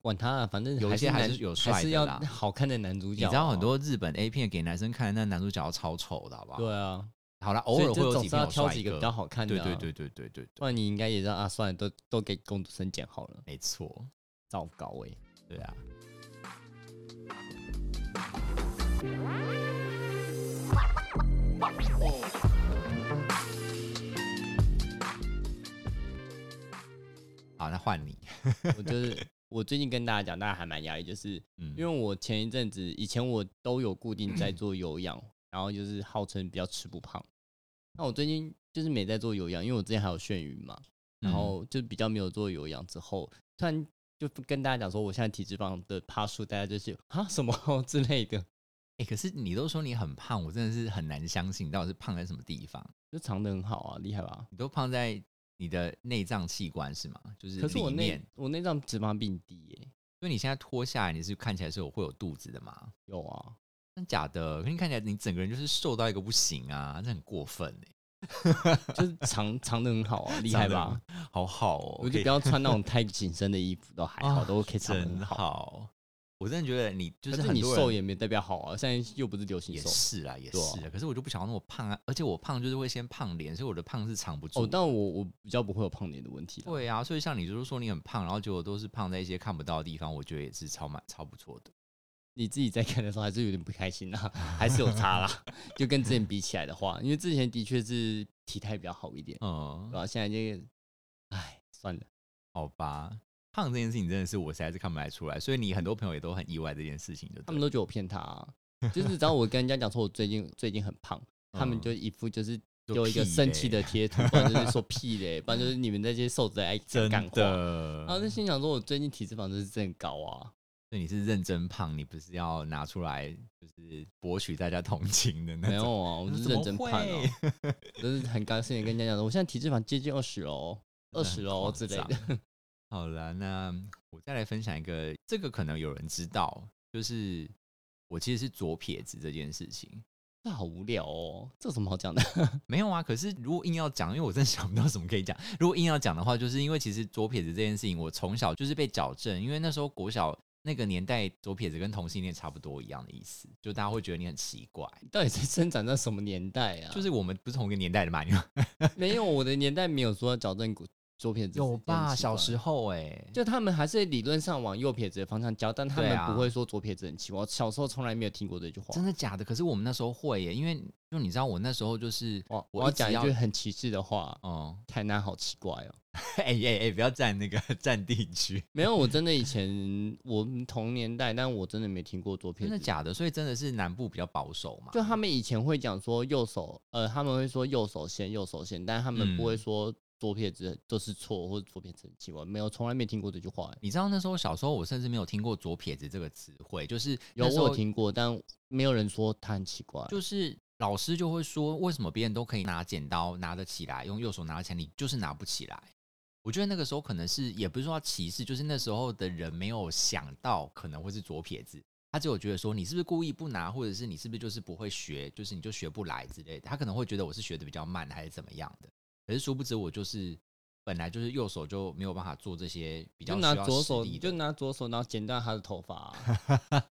[SPEAKER 2] 管他、啊，反正
[SPEAKER 1] 有一些
[SPEAKER 2] 还
[SPEAKER 1] 还
[SPEAKER 2] 男
[SPEAKER 1] 是有
[SPEAKER 2] 还
[SPEAKER 1] 帅
[SPEAKER 2] 是
[SPEAKER 1] 的
[SPEAKER 2] 要
[SPEAKER 1] 啦
[SPEAKER 2] 好看的男主
[SPEAKER 1] 你
[SPEAKER 2] 角、哦
[SPEAKER 1] 知道很、多日本 A 片给男生看，那男主角超丑的，好不好？
[SPEAKER 2] 对，啊，
[SPEAKER 1] 好了，
[SPEAKER 2] 所
[SPEAKER 1] 偶
[SPEAKER 2] 以
[SPEAKER 1] 尔
[SPEAKER 2] 这
[SPEAKER 1] 会有
[SPEAKER 2] 总
[SPEAKER 1] 几
[SPEAKER 2] 是
[SPEAKER 1] 篇
[SPEAKER 2] 要
[SPEAKER 1] 有
[SPEAKER 2] 挑
[SPEAKER 1] 帅
[SPEAKER 2] 几个
[SPEAKER 1] 哥
[SPEAKER 2] 比较好看的、
[SPEAKER 1] 对
[SPEAKER 2] 啊。
[SPEAKER 1] 对对对对对
[SPEAKER 2] 不
[SPEAKER 1] 对，
[SPEAKER 2] 然你应该也让啊，算了，都都给工读生剪好了，
[SPEAKER 1] 没错，
[SPEAKER 2] 糟糕哎、
[SPEAKER 1] 对啊。好，那换你，
[SPEAKER 2] 我就是我最近跟大家讲，大家还蛮压抑，就是
[SPEAKER 1] 嗯，
[SPEAKER 2] 因为我前一阵子以前我都有固定在做有氧，然后就是号称比较吃不胖。那我最近就是没在做有氧，因为我之前还有眩晕嘛，
[SPEAKER 1] 嗯
[SPEAKER 2] 然后就比较没有做有氧之后，突然就跟大家讲说我现在体脂肪的趴数，大家就是啊什么 之类的，
[SPEAKER 1] 哎、可是你都说你很胖，我真的是很难相信，你到底是胖在什么地方？
[SPEAKER 2] 就藏得很好啊，厉害吧？
[SPEAKER 1] 你都胖在你的内脏器官是吗？就是
[SPEAKER 2] 可是我
[SPEAKER 1] 里面
[SPEAKER 2] 那，我那张脂肪比你低耶、
[SPEAKER 1] 所以你现在脱下来，你是看起来是有会有肚子的吗？
[SPEAKER 2] 有啊，
[SPEAKER 1] 真假的？可是你看起来你整个人就是瘦到一个不行啊，这很过分哎、
[SPEAKER 2] 就是藏 藏得很好啊，厉害吧？
[SPEAKER 1] 好好哦，
[SPEAKER 2] 我就不
[SPEAKER 1] 可以
[SPEAKER 2] 要穿那种太紧身的衣服，都还好，
[SPEAKER 1] 啊
[SPEAKER 2] 都可以藏得很
[SPEAKER 1] 真
[SPEAKER 2] 好。
[SPEAKER 1] 好。我真的觉得你就是
[SPEAKER 2] 可是
[SPEAKER 1] 很
[SPEAKER 2] 你
[SPEAKER 1] 多
[SPEAKER 2] 瘦
[SPEAKER 1] 人
[SPEAKER 2] 也没代表好啊，现在又不是流行
[SPEAKER 1] 也
[SPEAKER 2] 瘦。
[SPEAKER 1] 是啊，也
[SPEAKER 2] 对啊
[SPEAKER 1] 是啊。可是我就不想要那么胖啊，而且我胖就是会先胖脸，所以我的胖是藏不住
[SPEAKER 2] 哦，
[SPEAKER 1] 的。
[SPEAKER 2] 但我我比较不会有胖脸的问题啦。
[SPEAKER 1] 对啊，所以像你就是说你很胖，然后结果都是胖在一些看不到的地方，我觉得也是超蛮超不错的。
[SPEAKER 2] 你自己在看的时候还是有点不开心啦，还是有差啦。就跟之前比起来的话，因为之前的确是体态比较好一点，
[SPEAKER 1] 嗯
[SPEAKER 2] 然，后现在就，唉，算了。
[SPEAKER 1] 好吧，胖这件事情真的是我实在是看不太出来，所以你很多朋友也都很意外这件事情就对了，
[SPEAKER 2] 他们都觉得我骗他、啊，就是只要我跟人家讲说我最近最近很胖，他们
[SPEAKER 1] 嗯
[SPEAKER 2] 就一副就是
[SPEAKER 1] 就
[SPEAKER 2] 丢一个
[SPEAKER 1] 屁
[SPEAKER 2] 生气
[SPEAKER 1] 嘞
[SPEAKER 2] 的贴图，不然就是 说屁嘞，不然就是你们这些瘦子在
[SPEAKER 1] 真
[SPEAKER 2] 干话。
[SPEAKER 1] 的
[SPEAKER 2] 然，后就心想说，我最近体脂肪就是真的高啊，
[SPEAKER 1] 对你是认真胖，你不是要拿出来就是博取大家同情的
[SPEAKER 2] 没
[SPEAKER 1] 那
[SPEAKER 2] 有
[SPEAKER 1] 种。
[SPEAKER 2] 啊，我是认真胖啊， 就是很高兴的跟人家讲说，我现在体脂肪接近二十哦，
[SPEAKER 1] 真
[SPEAKER 2] 二
[SPEAKER 1] 的很
[SPEAKER 2] 十哦之类的。
[SPEAKER 1] 好了，那我再来分享一个，这个可能有人知道，就是我其实是左撇子这件事情。
[SPEAKER 2] 这好无聊哦，这有什么好讲的？
[SPEAKER 1] 没有啊，可是如果硬要讲，因为我真的想不到什么可以讲。如果硬要讲的话，就是因为其实左撇子这件事情，我从小就是被矫正，因为那时候国小那个年代，左撇子跟同性恋差不多一样的意思，就大家会觉得你很奇怪。
[SPEAKER 2] 到底是生长在什么年代啊？
[SPEAKER 1] 就是我们不是同一个年代的嘛？你们
[SPEAKER 2] 没有我的年代没有说要矫正左撇子，
[SPEAKER 1] 有吧？小
[SPEAKER 2] 时。
[SPEAKER 1] 时候哎、
[SPEAKER 2] 就他们还是理论上往右撇子的方向教，但他
[SPEAKER 1] 对
[SPEAKER 2] 们
[SPEAKER 1] 啊
[SPEAKER 2] 不会说左撇子很奇怪。我小时候从来没有听过这句话
[SPEAKER 1] 真。的假的？可是我们那时候会耶、因为就你知道，我那时候就是
[SPEAKER 2] 我
[SPEAKER 1] 我
[SPEAKER 2] 我要
[SPEAKER 1] 一直
[SPEAKER 2] 讲一
[SPEAKER 1] 要
[SPEAKER 2] 句很歧视的话，
[SPEAKER 1] 哦，
[SPEAKER 2] 台南好奇怪哦。
[SPEAKER 1] 哎哎哎，不要占那个占地区，
[SPEAKER 2] 没有，我真的以前我们同年代，但我真的没听过左撇
[SPEAKER 1] 真
[SPEAKER 2] 子。
[SPEAKER 1] 的假的？所以真的是南部比较保守嘛？
[SPEAKER 2] 就他们以前会讲说右手，呃，他们会说右手先，右手先，但他们不会
[SPEAKER 1] 嗯
[SPEAKER 2] 说左撇子都是错或者左撇子很奇怪，没有，从来没听过这句话。欸
[SPEAKER 1] 你知道那时候小时候，我甚至没有听过“左撇子”这个词汇，就是
[SPEAKER 2] 有
[SPEAKER 1] 那时候
[SPEAKER 2] 我有，听过，但没有人说他很奇怪。
[SPEAKER 1] 就是老师就会说，为什么别人都可以拿剪刀拿得起来，用右手拿得起来，你就是拿不起来。我觉得那个时候可能是，也不是说要歧视，就是那时候的人没有想到可能会是左撇子，他只有觉得说你是不是故意不拿，或者是你是不是就是不会学，就是你就学不来之类的。他可能会觉得我是学的比较慢还是怎么样的，可是殊不知我就是本来就是右手就没有办法做这些比较
[SPEAKER 2] 就
[SPEAKER 1] 需
[SPEAKER 2] 拿
[SPEAKER 1] 要
[SPEAKER 2] 左
[SPEAKER 1] 实
[SPEAKER 2] 手，
[SPEAKER 1] 力
[SPEAKER 2] 你
[SPEAKER 1] 的
[SPEAKER 2] 就拿左手，然后剪断他的头发、 啊，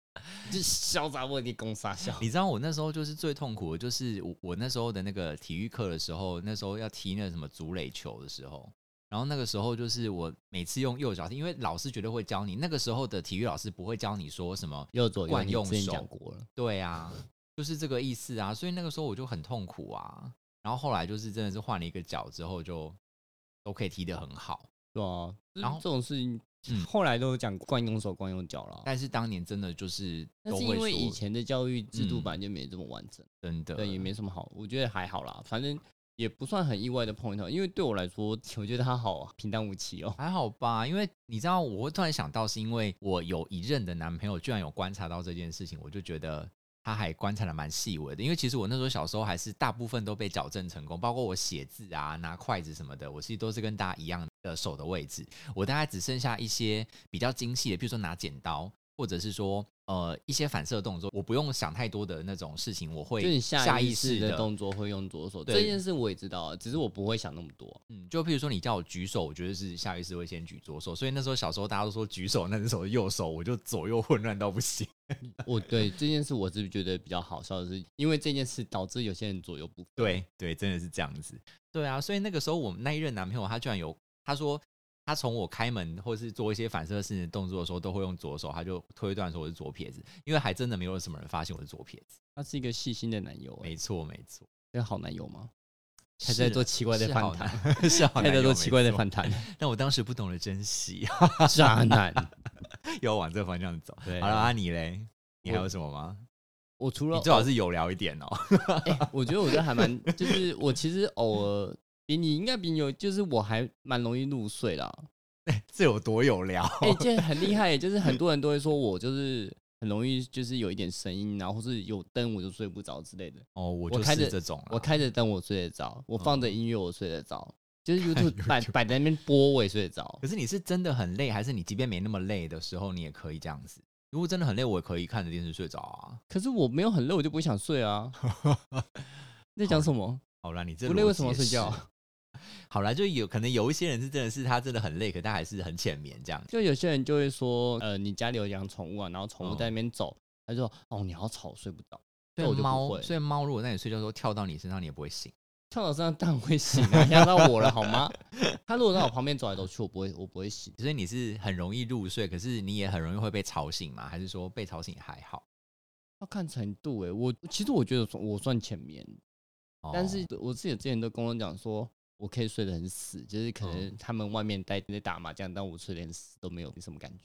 [SPEAKER 2] 就潇洒为你攻杀笑。
[SPEAKER 1] 你知道我那时候就是最痛苦的，就是我我那时候的那个体育课的时候，那时候要踢那个什么足垒球的时候，然后那个时候就是我每次用右脚踢，因为老师绝对会教你，那个时候的体育老师不会教你说什么，
[SPEAKER 2] 右左右
[SPEAKER 1] 惯
[SPEAKER 2] 你
[SPEAKER 1] 用
[SPEAKER 2] 之前
[SPEAKER 1] 手
[SPEAKER 2] 讲过了，
[SPEAKER 1] 对啊，就是这个意思啊，所以那个时候我就很痛苦啊。然后后来就是真的是换了一个脚之后，就都可以踢得很好，
[SPEAKER 2] 对啊。
[SPEAKER 1] 然
[SPEAKER 2] 然
[SPEAKER 1] 后
[SPEAKER 2] 后这种事情
[SPEAKER 1] 嗯，
[SPEAKER 2] 后来都有讲惯用手、惯用脚了。
[SPEAKER 1] 但是当年真的就是
[SPEAKER 2] 那
[SPEAKER 1] 都
[SPEAKER 2] 是
[SPEAKER 1] 会
[SPEAKER 2] 因为以
[SPEAKER 1] 说
[SPEAKER 2] 前的教育制度
[SPEAKER 1] 嗯
[SPEAKER 2] 本来就没这么完整，
[SPEAKER 1] 真的
[SPEAKER 2] 对，也没什么好，我觉得还好啦，反正也不算很意外的碰到，因为对我来说，我觉得他好平淡无奇哦。
[SPEAKER 1] 还好吧，因为你知道，我会突然想到，是因为我有一任的男朋友居然有观察到这件事情，我就觉得他还观察的蛮细微的。因为其实我那时候小时候还是大部分都被矫正成功，包括我写字啊、拿筷子什么的，我其实都是跟大家一样的手的位置。我大概只剩下一些比较精细的，比如说拿剪刀，或者是说呃一些反射动作，我不用想太多的那种事情，我会
[SPEAKER 2] 就你
[SPEAKER 1] 下
[SPEAKER 2] 下
[SPEAKER 1] 意
[SPEAKER 2] 意
[SPEAKER 1] 识
[SPEAKER 2] 识
[SPEAKER 1] 地
[SPEAKER 2] 的动作会用左手，
[SPEAKER 1] 对
[SPEAKER 2] 这件事我也知道，啊只是我不会想那么 多。
[SPEAKER 1] 嗯，就譬如说你叫我举手，我觉得是下意识会先举左手，所以那时候小时候大家都说举手，那只手是右手，我就左右混乱到不行。
[SPEAKER 2] 我对这件事我是觉得比较好笑的是，因为这件事导致有些人左右不分
[SPEAKER 1] 对对，真的是这样子。对啊，所以那个时候我们那一任男朋友他居然有，他说他从我开门或是做一些反射性的动作的时候，都会用左手，他就推断说我是左撇子，因为还真的没有什么人发现我是左撇子。
[SPEAKER 2] 他是一个细心的男友、欸，
[SPEAKER 1] 没错没错，
[SPEAKER 2] 这个好男友吗？
[SPEAKER 1] 是
[SPEAKER 2] 还在做
[SPEAKER 1] 啊
[SPEAKER 2] 奇怪的
[SPEAKER 1] 是
[SPEAKER 2] 反
[SPEAKER 1] 好
[SPEAKER 2] 弹，
[SPEAKER 1] 难是好
[SPEAKER 2] 还
[SPEAKER 1] 难
[SPEAKER 2] 在
[SPEAKER 1] 有
[SPEAKER 2] 做
[SPEAKER 1] 没
[SPEAKER 2] 奇怪的
[SPEAKER 1] 错
[SPEAKER 2] 反弹，
[SPEAKER 1] 但我当时不懂得珍惜，
[SPEAKER 2] 渣男。
[SPEAKER 1] 要往这个方向走。
[SPEAKER 2] 对啊
[SPEAKER 1] 好了，阿尼嘞，你还
[SPEAKER 2] 我
[SPEAKER 1] 有什么吗？
[SPEAKER 2] 我除
[SPEAKER 1] 你
[SPEAKER 2] 了
[SPEAKER 1] 最好是有聊一点哦。
[SPEAKER 2] 欸我觉得我这还蛮，就是我其实偶尔比你应该比你有，就是我还蛮容易入睡啦。
[SPEAKER 1] 这有多有聊？
[SPEAKER 2] 哎、这很厉害、欸，就是很多人都会说我就是很容易，就是有一点声音，然后或是有灯我就睡不着之类的。
[SPEAKER 1] 哦，我
[SPEAKER 2] 我
[SPEAKER 1] 就
[SPEAKER 2] 开
[SPEAKER 1] 是
[SPEAKER 2] 着
[SPEAKER 1] 这种啦，
[SPEAKER 2] 我开着灯我睡得着，我放着音乐我睡得着，就是 YouTube
[SPEAKER 1] YouTube
[SPEAKER 2] 摆摆在那边播我也睡得着
[SPEAKER 1] 可。是你是真的很累，还是你即便没那么累的时候，你也可以这样子？如果真的很累，我也可以看着电视睡着啊。
[SPEAKER 2] 可是我没有很累，我就不会想睡啊。在讲什么？
[SPEAKER 1] 好啦，你这
[SPEAKER 2] 不累
[SPEAKER 1] 逻
[SPEAKER 2] 为什
[SPEAKER 1] 辑
[SPEAKER 2] 么要
[SPEAKER 1] 也
[SPEAKER 2] 睡
[SPEAKER 1] 是
[SPEAKER 2] 觉？？
[SPEAKER 1] 好啦，就有可能有一些人是真的是他真的很累，可他还是很浅眠这样。
[SPEAKER 2] 就有些人就会说，呃，你家里有养宠物啊，然后宠物在那边走，他就说，哦，你好吵，睡不着。
[SPEAKER 1] 所
[SPEAKER 2] 那我
[SPEAKER 1] 以
[SPEAKER 2] 就不
[SPEAKER 1] 猫，
[SPEAKER 2] 会
[SPEAKER 1] 所以猫如果在你睡觉的时候跳到你身上，你也不会醒。
[SPEAKER 2] 跳到身上当然会醒啊， 压到我了好吗？他如果在我旁边走来走去，我不会，我不会醒。
[SPEAKER 1] 所以你是很容易入睡，可是你也很容易会被吵醒吗？还是说被吵醒还好？
[SPEAKER 2] 要看程度诶、欸我其实我觉得我算浅眠，
[SPEAKER 1] 哦
[SPEAKER 2] 但是我自己之前都跟我讲说，我可以睡得很死，就是可
[SPEAKER 1] 哦
[SPEAKER 2] 能他们外面在在打麻将，但我睡得很死都没有什么感觉。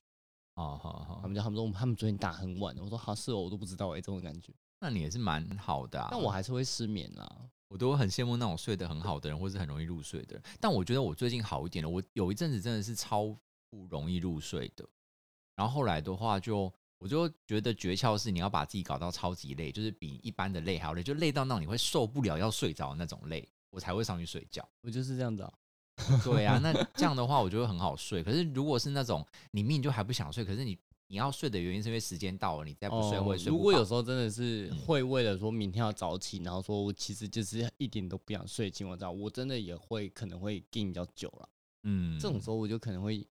[SPEAKER 1] 哦好好，
[SPEAKER 2] 他们就他们说嗯他们昨天打很晚，我说好是哦，我都不知道诶、这种感觉。
[SPEAKER 1] 那你也是蛮好的啊。
[SPEAKER 2] 但我还是会失眠啦。
[SPEAKER 1] 我都很羡慕那种睡得很好的人，或是很容易入睡的人。但我觉得我最近好一点了，我有一阵子真的是超不容易入睡的。然后后来的话就，我就觉得诀窍是你要把自己搞到超级累，就是比一般的累还要累，就累到那种你会受不了要睡着的那种累，我才会上去睡 觉。
[SPEAKER 2] 我就是这样子啊，
[SPEAKER 1] 对啊，那这样的话我就会很好睡。可是如果是那种你明明就还不想睡，可是你你要睡的原因是因为时间到了，你再不睡会睡不
[SPEAKER 2] 哦如
[SPEAKER 1] 饱嗯
[SPEAKER 2] 果有时候真的是会为了说明天要早起，然后说我其实就是一点都不想睡的情况下，我真的也会可能会定比较久了。
[SPEAKER 1] 嗯
[SPEAKER 2] 这种时候我就可能会比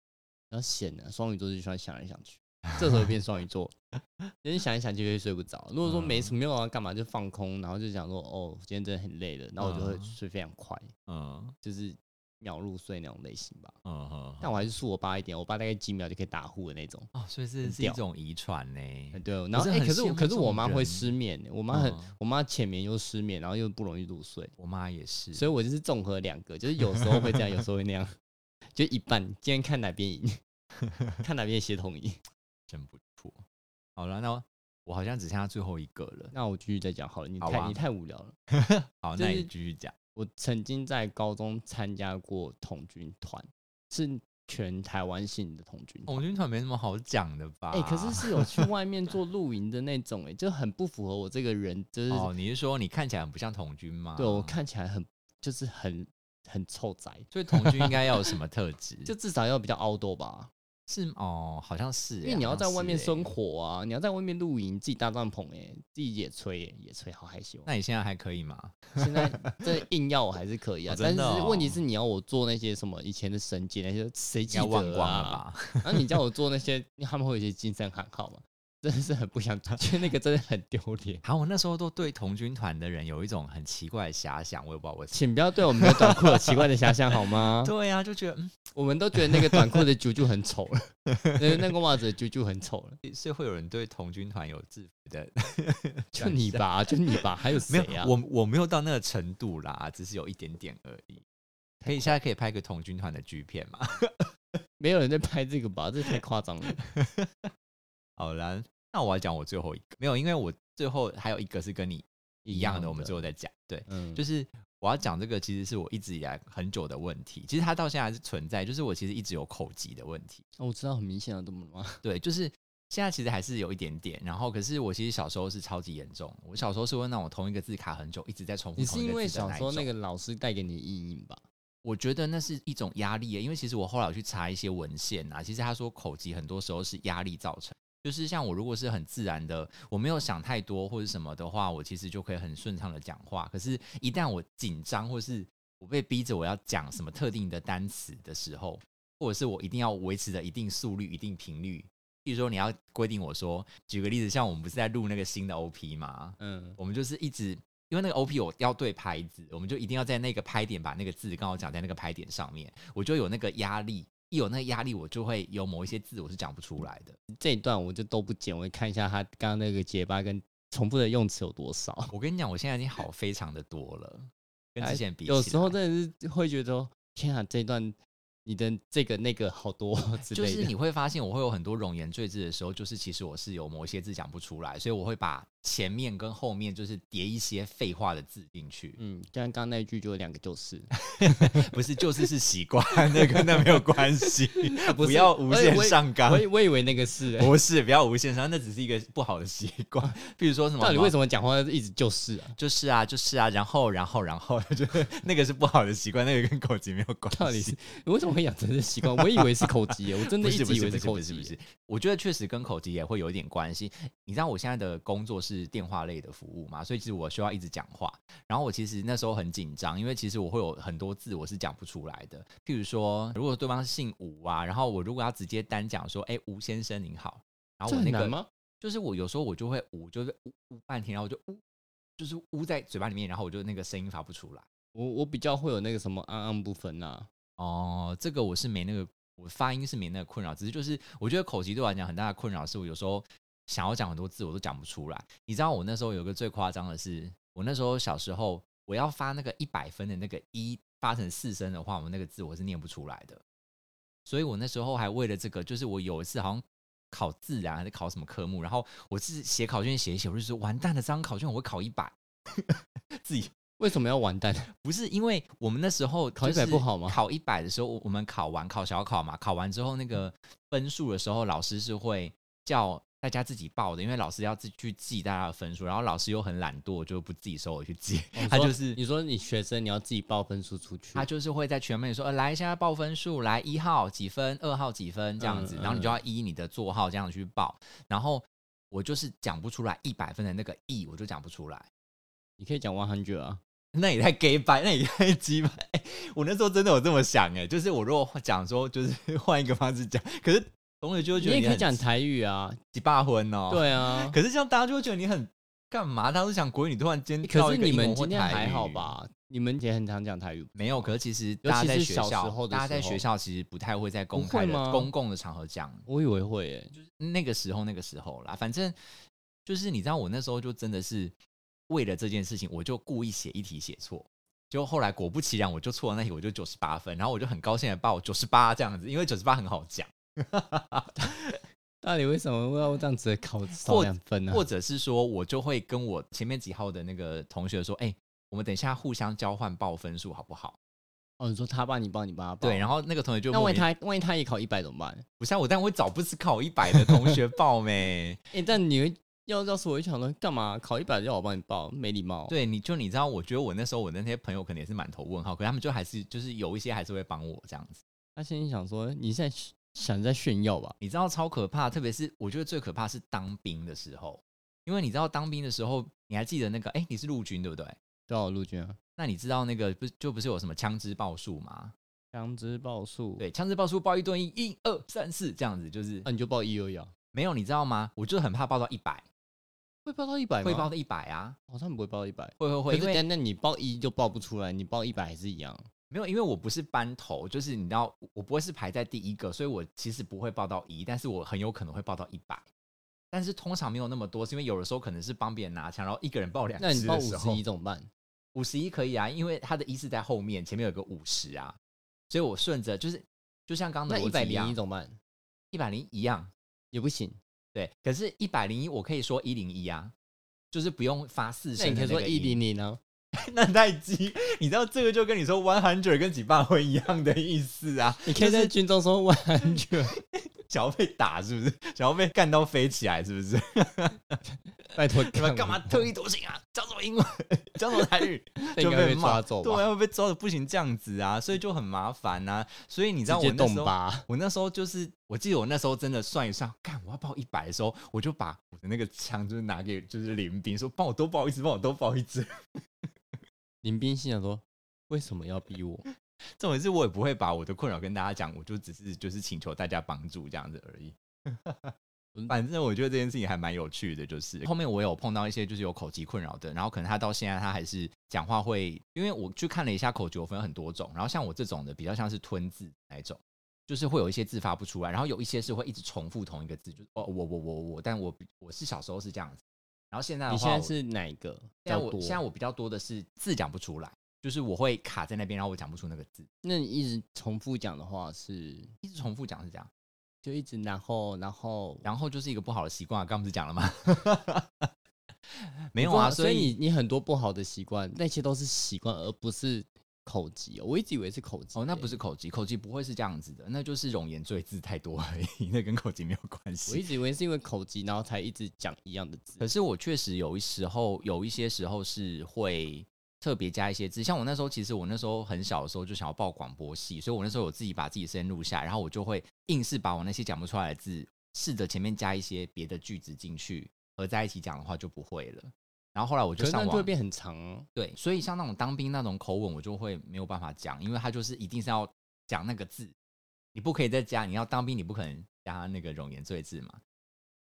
[SPEAKER 2] 较闲了、双鱼座就喜欢想来想去，这时候就变双鱼 座，人想一想就会睡不着。如果说
[SPEAKER 1] 嗯
[SPEAKER 2] 没什么没有要啊干嘛，就放空，然后就想说哦，今天真的很累了，然后我就会
[SPEAKER 1] 嗯
[SPEAKER 2] 睡非常快，
[SPEAKER 1] 嗯
[SPEAKER 2] 就是秒入睡那种类型吧。
[SPEAKER 1] 嗯嗯
[SPEAKER 2] 但我还是输我爸一点，我爸大概几秒就可以打呼的那种。
[SPEAKER 1] 哦，所以这
[SPEAKER 2] 很
[SPEAKER 1] 是一
[SPEAKER 2] 屌
[SPEAKER 1] 种遗传呢、
[SPEAKER 2] 哎对哦，
[SPEAKER 1] 我
[SPEAKER 2] 然后
[SPEAKER 1] 是
[SPEAKER 2] 哎、
[SPEAKER 1] 很
[SPEAKER 2] 可是
[SPEAKER 1] 羡
[SPEAKER 2] 我
[SPEAKER 1] 慕
[SPEAKER 2] 可是
[SPEAKER 1] 这种
[SPEAKER 2] 我妈会
[SPEAKER 1] 人
[SPEAKER 2] 失眠，我妈很、
[SPEAKER 1] 嗯
[SPEAKER 2] 我妈浅眠又失眠，然后又不容易入睡，
[SPEAKER 1] 我妈也是，
[SPEAKER 2] 所以我就是综合两个，就是有时候会这样，有时候会那样， 就一半。今天看哪 边赢，看哪边协同赢。
[SPEAKER 1] 真不错。好了，那我好像只剩下最后一个了。
[SPEAKER 2] 那我继续再讲好了，你
[SPEAKER 1] 好
[SPEAKER 2] 太、
[SPEAKER 1] 啊
[SPEAKER 2] 你太无聊了。
[SPEAKER 1] 好，
[SPEAKER 2] 就
[SPEAKER 1] 那你
[SPEAKER 2] 是
[SPEAKER 1] 继续讲。
[SPEAKER 2] 我曾经在高中参加过童军团，是全台湾性的童军团。
[SPEAKER 1] 红军团没什么好讲的吧？
[SPEAKER 2] 哎、可是是有去外面做露营的那种、哎，就很不符合我这个人，就是、
[SPEAKER 1] 哦，啊你是说你看起来很不像童军吗？
[SPEAKER 2] 对我，看起来很就是很很臭宅，
[SPEAKER 1] 所以童军应该要有什么特 质？
[SPEAKER 2] 就至少要比较 outdoor 吧，
[SPEAKER 1] 是哦，好像是欸、
[SPEAKER 2] 因为你要
[SPEAKER 1] 好像
[SPEAKER 2] 在
[SPEAKER 1] 是
[SPEAKER 2] 外面
[SPEAKER 1] 欸
[SPEAKER 2] 生火啊，你要在外面露营，自己搭帐篷哎、自己野炊哎、野炊好害羞。
[SPEAKER 1] 那你现在还可以吗？
[SPEAKER 2] 现在这硬要我还是可以啊
[SPEAKER 1] 哦，真
[SPEAKER 2] 但
[SPEAKER 1] 的哦
[SPEAKER 2] 是问题是你要我做那些什么以前的神界那些谁
[SPEAKER 1] 应
[SPEAKER 2] 记
[SPEAKER 1] 该
[SPEAKER 2] 得
[SPEAKER 1] 忘光了
[SPEAKER 2] 啊？
[SPEAKER 1] 吧？
[SPEAKER 2] 然后你叫我做那些，他们会有一些精神喊号嘛，真的是很不想做， 就那个真的很丢脸。
[SPEAKER 1] 好，我那时候都对童军团的人有一种很奇怪的遐想，我也不知道为什么。
[SPEAKER 2] 请不要对我们的短裤有奇怪的遐想好吗？
[SPEAKER 1] 对啊，就觉得嗯，
[SPEAKER 2] 我们都觉得那个短裤的啾啾很丑了， 那那个袜子的啾啾很丑了，
[SPEAKER 1] 是会有人对童军团有制服的
[SPEAKER 2] 就你吧，就你吧，还有
[SPEAKER 1] 没
[SPEAKER 2] 谁
[SPEAKER 1] 有，
[SPEAKER 2] 啊？
[SPEAKER 1] 我我没有到那个程度啦，只是有一点点而已。可以，现在可以拍个童军团的剧片嘛？
[SPEAKER 2] 没有人在拍这个吧？这太夸张了。
[SPEAKER 1] 好啦，那我要讲我最后一个，没有，因为我最后还有一个是跟你一样的，我们最后再讲。对，
[SPEAKER 2] 嗯，
[SPEAKER 1] 就是是我要讲这个，其实是我一直以来很久的问题，其实它到现在还是存在，就是我其实一直有口疾的问题。
[SPEAKER 2] 我知道很明显啊，怎么了吗？
[SPEAKER 1] 对，就是现在其实还是有一点点，然后可是我其实小时候是超级严重，我小时候是会那种同一个字卡很久，一直在重复
[SPEAKER 2] 你是
[SPEAKER 1] 同一
[SPEAKER 2] 因
[SPEAKER 1] 个
[SPEAKER 2] 为
[SPEAKER 1] 字的
[SPEAKER 2] 小
[SPEAKER 1] 那一
[SPEAKER 2] 时候
[SPEAKER 1] 种。
[SPEAKER 2] 那个老师带给你的阴影吧？
[SPEAKER 1] 我觉得那是一种压力耶，因为其实我后来有去查一些文献啊，其实他说口疾很多时候是压力造成。就是像我如果是很自然的，我没有想太多或者什么的话，我其实就可以很顺畅的讲话。可是，一旦我紧张或是我被逼着我要讲什么特定的单词的时候，或者是我一定要维持着一定速率、一定频率，譬如说你要规定我说，举个例子，像我们不是在录那个新的 OP 吗？
[SPEAKER 2] 嗯，
[SPEAKER 1] 我们就是一直因为那个 OP 我要对拍子，我们就一定要在那个拍点把那个字刚好讲在那个拍点上面，我就有那个压力，一有那个压力，我就会有某一些字我是讲不出来的。
[SPEAKER 2] 这一段我就都不剪，我会看一下他刚刚那个结巴跟重复的用词有多少。
[SPEAKER 1] 我跟你讲，我现在已经好非常的多了，跟之前比起来，
[SPEAKER 2] 有时候真的是会觉得说，天啊，这一段你的这个那个好 多之
[SPEAKER 1] 就
[SPEAKER 2] 类
[SPEAKER 1] 是
[SPEAKER 2] 的。
[SPEAKER 1] 你会发现我会有很多冗言赘字的时候，就是其实我是有某些字讲不出来，所以我会把前面跟后面就是叠一些废话的字进 去，
[SPEAKER 2] 嗯，像刚刚那一句就有两个就是，
[SPEAKER 1] 不是就是是习惯，那跟那没有关系，
[SPEAKER 2] 不
[SPEAKER 1] 不
[SPEAKER 2] 是
[SPEAKER 1] 要无
[SPEAKER 2] 我以
[SPEAKER 1] 限
[SPEAKER 2] 为
[SPEAKER 1] 上纲
[SPEAKER 2] 我。以我以为那个是、欸，
[SPEAKER 1] 不是，不要无限上，那只是一个不好的习惯。 比如说什么，
[SPEAKER 2] 到底为什
[SPEAKER 1] 么？
[SPEAKER 2] 么讲话一直就是啊？
[SPEAKER 1] 就是啊，就是啊，然后，然后，然后， 就是那个是不好的习惯，那个跟口疾没有关系。
[SPEAKER 2] 到底是 你为什么会养成这习惯？我以为是口疾欸耶，我真
[SPEAKER 1] 不
[SPEAKER 2] 的一
[SPEAKER 1] 是不
[SPEAKER 2] 直以
[SPEAKER 1] 是
[SPEAKER 2] 为
[SPEAKER 1] 不是
[SPEAKER 2] 口
[SPEAKER 1] 不是
[SPEAKER 2] 疾
[SPEAKER 1] 不
[SPEAKER 2] 耶。
[SPEAKER 1] 是，我觉得确实跟口疾也会有一点关系。你知道我现在的工作是电话类的服务嘛，所以其实我需要一直讲话。然后我其实那时候很紧张，因为其实我会有很多字我是讲不出来的。譬如说，如果对方是姓吴啊，然后我如果要直接单讲说，哎，吴先生您好，然后
[SPEAKER 2] 这
[SPEAKER 1] 我
[SPEAKER 2] 很
[SPEAKER 1] 那
[SPEAKER 2] 难
[SPEAKER 1] 个
[SPEAKER 2] 吗？
[SPEAKER 1] 就是我有时候我就会呜，就是呜呜半天，然后我就呜，就是呜在嘴巴里面，然后我就那个声音发不出来。
[SPEAKER 2] 我我比较会有那个什么暗暗不分啊，
[SPEAKER 1] 哦，这个我是没那个，我发音是没那个困扰，只是就是我觉得口疾对我来讲很大的困扰是我有时候想要讲很多字我都讲不出来。你知道我那时候有个最夸张的是，我那时候小时候我要发那个一百分的那个一发成四声的话，我那个字我是念不出来的。所以我那时候还为了这个，就是我有一次好像考自然还是考什么科目，然后我自己写考卷写一写，我就说完蛋了，这张考卷我会考一百， 自己
[SPEAKER 2] 为什么要完蛋？
[SPEAKER 1] 不是因为我们那时候
[SPEAKER 2] 考100不好吗
[SPEAKER 1] 考一百的时候，我我们考完考小考嘛，考完之后那个分数的时候，老师是会叫大家自己报的，因为老师要自己去记大家的分数，然后老师又很懒惰，就不自己收我去记，
[SPEAKER 2] 哦 你
[SPEAKER 1] 他
[SPEAKER 2] 说
[SPEAKER 1] 就是
[SPEAKER 2] 你说你学生你要自己报分数出去，
[SPEAKER 1] 他就是会在全班里说，呃，来现在报分数，来一号几分，二号几分这样子，
[SPEAKER 2] 嗯
[SPEAKER 1] 然后你就
[SPEAKER 2] 嗯
[SPEAKER 1] 要依你的座号这样去报，然后我就是讲不出来一百分的那个 e，我就讲不出来。
[SPEAKER 2] 你可以讲 one hundred 啊，
[SPEAKER 1] 那也太 gay 掰，那也太 鸡掰、欸我那时候真的有这么想哎、就是我如果讲说，就是 换一个方式讲，可是同学就会
[SPEAKER 2] 你
[SPEAKER 1] 觉得
[SPEAKER 2] 也可以
[SPEAKER 1] 很
[SPEAKER 2] 讲台语啊，
[SPEAKER 1] 鸡巴婚哦。，
[SPEAKER 2] 对啊。
[SPEAKER 1] 可是这样大家就会觉得你很干嘛？大家都讲国语，你突然间
[SPEAKER 2] 欸可
[SPEAKER 1] 跳
[SPEAKER 2] 是
[SPEAKER 1] 一个
[SPEAKER 2] 你
[SPEAKER 1] 英
[SPEAKER 2] 们
[SPEAKER 1] 文或
[SPEAKER 2] 今天
[SPEAKER 1] 台语
[SPEAKER 2] 还好？吧？你们也很常讲台语，
[SPEAKER 1] 没有，可是其实
[SPEAKER 2] 尤
[SPEAKER 1] 大家
[SPEAKER 2] 其
[SPEAKER 1] 在
[SPEAKER 2] 是
[SPEAKER 1] 学
[SPEAKER 2] 小时
[SPEAKER 1] 校，
[SPEAKER 2] 候的
[SPEAKER 1] 大家在
[SPEAKER 2] 时
[SPEAKER 1] 学
[SPEAKER 2] 候
[SPEAKER 1] 校其实不太会在公
[SPEAKER 2] 不
[SPEAKER 1] 开
[SPEAKER 2] 会
[SPEAKER 1] 的
[SPEAKER 2] 吗
[SPEAKER 1] 公共的场合讲，
[SPEAKER 2] 我以为会耶、
[SPEAKER 1] 就是那个时候那个时候啦，反正就是你知道，我那时候就真的是为了这件事情，我就故意写一题写错。就后来果不其然，我就错了那题，我就九十八分，然后我就很高兴的报九十八这样子，因为九十八很好 讲，
[SPEAKER 2] 到底为什么要这样子考
[SPEAKER 1] 或
[SPEAKER 2] 少两分呢、
[SPEAKER 1] 或者是说我就会跟我前面几号的那个同学说，哎、我们等一下互相交换报分数好不好？
[SPEAKER 2] 哦，你说他帮你帮你帮他报，
[SPEAKER 1] 对，然后那个同学就
[SPEAKER 2] 那
[SPEAKER 1] 莫
[SPEAKER 2] 万一
[SPEAKER 1] 名
[SPEAKER 2] 他万一他也考一百怎么办？
[SPEAKER 1] 不像我，但我会找不是考一百的同学报没。
[SPEAKER 2] 哎、但你会要要是我就想说，干嘛考一百要我帮你报，没礼貌。，
[SPEAKER 1] 对，你就你知道，我觉得我那时候我那些朋友可能也是满头问号，可他们就还是就是有一些还是会帮我这样子。
[SPEAKER 2] 他心里想说，你现在想在炫耀吧？
[SPEAKER 1] 你知道超可怕，特别是我觉得最可怕是当兵的时候，因为你知道当兵的时候，你还记得那个哎、你是陆军对不对？
[SPEAKER 2] 多少陆军啊？
[SPEAKER 1] 那你知道那个不是就不是有什么枪支报数吗？
[SPEAKER 2] 枪支报数，，
[SPEAKER 1] 对，枪支报数报一吨一，一二三四这样子，就是、呃
[SPEAKER 2] 那、你就报一而已啊。
[SPEAKER 1] 没有你知道吗？我就很怕报到一百，
[SPEAKER 2] 会报到一百吗？
[SPEAKER 1] 会报，到一百啊，
[SPEAKER 2] 好像不会报到一百。
[SPEAKER 1] 会会会，因
[SPEAKER 2] 可
[SPEAKER 1] 为
[SPEAKER 2] 是但那你报一就报不出来，你报一百还是一样。
[SPEAKER 1] 没有，因为我不是班头，就是你知道，我不会是排在第一个，所以我其实不会报到一，但是我很有可能会报到一百。但是通常没有那么多，是因为有的时候可能是帮别人拿枪，然后一个人报两
[SPEAKER 2] 那你
[SPEAKER 1] 支
[SPEAKER 2] 报
[SPEAKER 1] 的
[SPEAKER 2] 五
[SPEAKER 1] 时
[SPEAKER 2] 十
[SPEAKER 1] 候
[SPEAKER 2] 一，怎么 办？
[SPEAKER 1] 五十一可以啊，因为他的一是在后面，前面有个五十啊，所以我顺着就是就像刚刚
[SPEAKER 2] 那
[SPEAKER 1] 的
[SPEAKER 2] 一百
[SPEAKER 1] 逻辑一
[SPEAKER 2] 零一
[SPEAKER 1] 样，
[SPEAKER 2] 怎么办？
[SPEAKER 1] 一百零一样，
[SPEAKER 2] 也不行。
[SPEAKER 1] 对。可是，一百零一我可以说一零一啊，就是不用发四
[SPEAKER 2] 那
[SPEAKER 1] 声的
[SPEAKER 2] 你可以
[SPEAKER 1] 那
[SPEAKER 2] 说
[SPEAKER 1] 个
[SPEAKER 2] 一
[SPEAKER 1] 音，
[SPEAKER 2] 零零啊。
[SPEAKER 1] 那太鸡，你知道这个就跟你说 one hundred 跟几百会一样的意思啊，
[SPEAKER 2] 你可以在军中说万全，
[SPEAKER 1] 想要被打是不是？ 想要被干到飞起来是不是？
[SPEAKER 2] 拜托
[SPEAKER 1] 你们干嘛特立独行啊？讲什么英文？ 讲什么台 语？就
[SPEAKER 2] 应该
[SPEAKER 1] 被
[SPEAKER 2] 被
[SPEAKER 1] 骂
[SPEAKER 2] 抓走
[SPEAKER 1] 对
[SPEAKER 2] 吧？
[SPEAKER 1] 啊，会被抓的不行这样子啊，所以就很麻烦呐、所以你知道
[SPEAKER 2] 直
[SPEAKER 1] 我
[SPEAKER 2] 接
[SPEAKER 1] 那
[SPEAKER 2] 动
[SPEAKER 1] 时候，
[SPEAKER 2] 吧。
[SPEAKER 1] 我那时候就是，我记得我那时候真的算一算，干我要报一百的时候，我就把我的那个枪就是拿给就是林兵说，帮我多报一支，帮我多报一支。
[SPEAKER 2] 林斌心想说：为什么要逼我？
[SPEAKER 1] 重点是我也不会把我的困扰跟大家讲，我就只是就是请求大家帮助这样子而已。反正我觉得这件事情还蛮有趣的，就是嗯后面我有碰到一些就是有口疾困扰的，然后可能他到现在他还是讲话会，因为我去看了一下口疾，我分很多种，然后像我这种的比较像是吞字那一种，就是会有一些字发不出来，然后有一些是会一直重复同一个字，就是哦我我我我，但我比我是小时候是这样子，然后现在的
[SPEAKER 2] 你
[SPEAKER 1] 话
[SPEAKER 2] 现在
[SPEAKER 1] 我，
[SPEAKER 2] 是哪一个？比
[SPEAKER 1] 现在
[SPEAKER 2] 较
[SPEAKER 1] 我
[SPEAKER 2] 多
[SPEAKER 1] 现在我比较多的是字讲不出来，就是我会卡在那边，然后我讲不出那个字，
[SPEAKER 2] 那你一直重复讲的话是，
[SPEAKER 1] 一直重复讲是这样，
[SPEAKER 2] 就一直然后然后
[SPEAKER 1] 然后就是一个不好的习惯啊，刚不是讲了吗？ 没有啊，
[SPEAKER 2] 我知道所
[SPEAKER 1] 以
[SPEAKER 2] 以你你很多不好的习惯，那些都是习惯，而不是口疾哦。我一直以为是口疾
[SPEAKER 1] 哦，那
[SPEAKER 2] 耶
[SPEAKER 1] 不是，口疾，口疾不会是这样子的，那就是容颜赘字太多而已，那跟口疾没有关
[SPEAKER 2] 欸我一
[SPEAKER 1] 系。
[SPEAKER 2] 直以为是因为口疾，然后才一直讲一样的字
[SPEAKER 1] 可。是我确实有一时候，有一些时候是会特别加一些字，像我那时候，其实我那时候很小的时候就想要报广播系，所以我那时候有自己把自己的声音录下来，然后我就会硬是把我那些讲不出来的字，试着前面加一些别的句子进去，合在一起讲的话就不会了。然后后来我
[SPEAKER 2] 可
[SPEAKER 1] 就是
[SPEAKER 2] 那
[SPEAKER 1] 上
[SPEAKER 2] 就会
[SPEAKER 1] 网
[SPEAKER 2] 变很长哦。
[SPEAKER 1] 对，所以像那种当兵那种口吻，我就会没有办法讲，因为他就是一定是要讲那个字，你不可以再加，你要当兵，你不可能加那个容颜赘字嘛。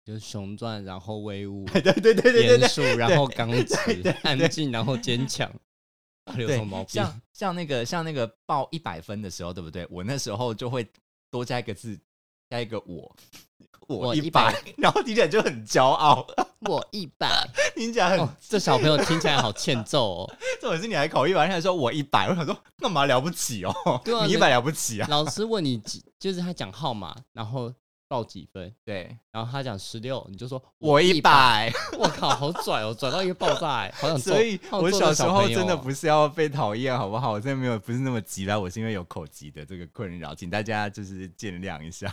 [SPEAKER 2] 就是雄壮，然 后威武，
[SPEAKER 1] 对对对
[SPEAKER 2] 严肃，然后刚
[SPEAKER 1] 对
[SPEAKER 2] 直
[SPEAKER 1] 对，
[SPEAKER 2] 安静，然后坚强。到底有
[SPEAKER 1] 对
[SPEAKER 2] 什么毛病？
[SPEAKER 1] 像像那个像那个报一百分的时候，对不对？我那时候就会多加一个字，加一个我， 我
[SPEAKER 2] 我
[SPEAKER 1] 一百，然后听起来就很骄傲，
[SPEAKER 2] 我一百，
[SPEAKER 1] 听起来很
[SPEAKER 2] 哦，这小朋友听起来好欠揍 哦。
[SPEAKER 1] 重点是你还考一百，他还说我一百，我想说干嘛了不起哦？
[SPEAKER 2] 对啊
[SPEAKER 1] 你一百了不起啊？
[SPEAKER 2] 老师问你几，就是他讲号码，然后报几分，
[SPEAKER 1] 对，
[SPEAKER 2] 然后他讲十六，你就说
[SPEAKER 1] 我一，百，
[SPEAKER 2] 我靠，好拽哦，拽到一个爆炸哎，好想揍。
[SPEAKER 1] 所以
[SPEAKER 2] 好
[SPEAKER 1] 我
[SPEAKER 2] 想揍
[SPEAKER 1] 小
[SPEAKER 2] 这
[SPEAKER 1] 时
[SPEAKER 2] 朋
[SPEAKER 1] 候
[SPEAKER 2] 友
[SPEAKER 1] 真的
[SPEAKER 2] 哦
[SPEAKER 1] 不是要被讨厌，好不好？我真的没有不是那么急啦，我是因为有口疾的这个困扰，请大家就是见谅一下。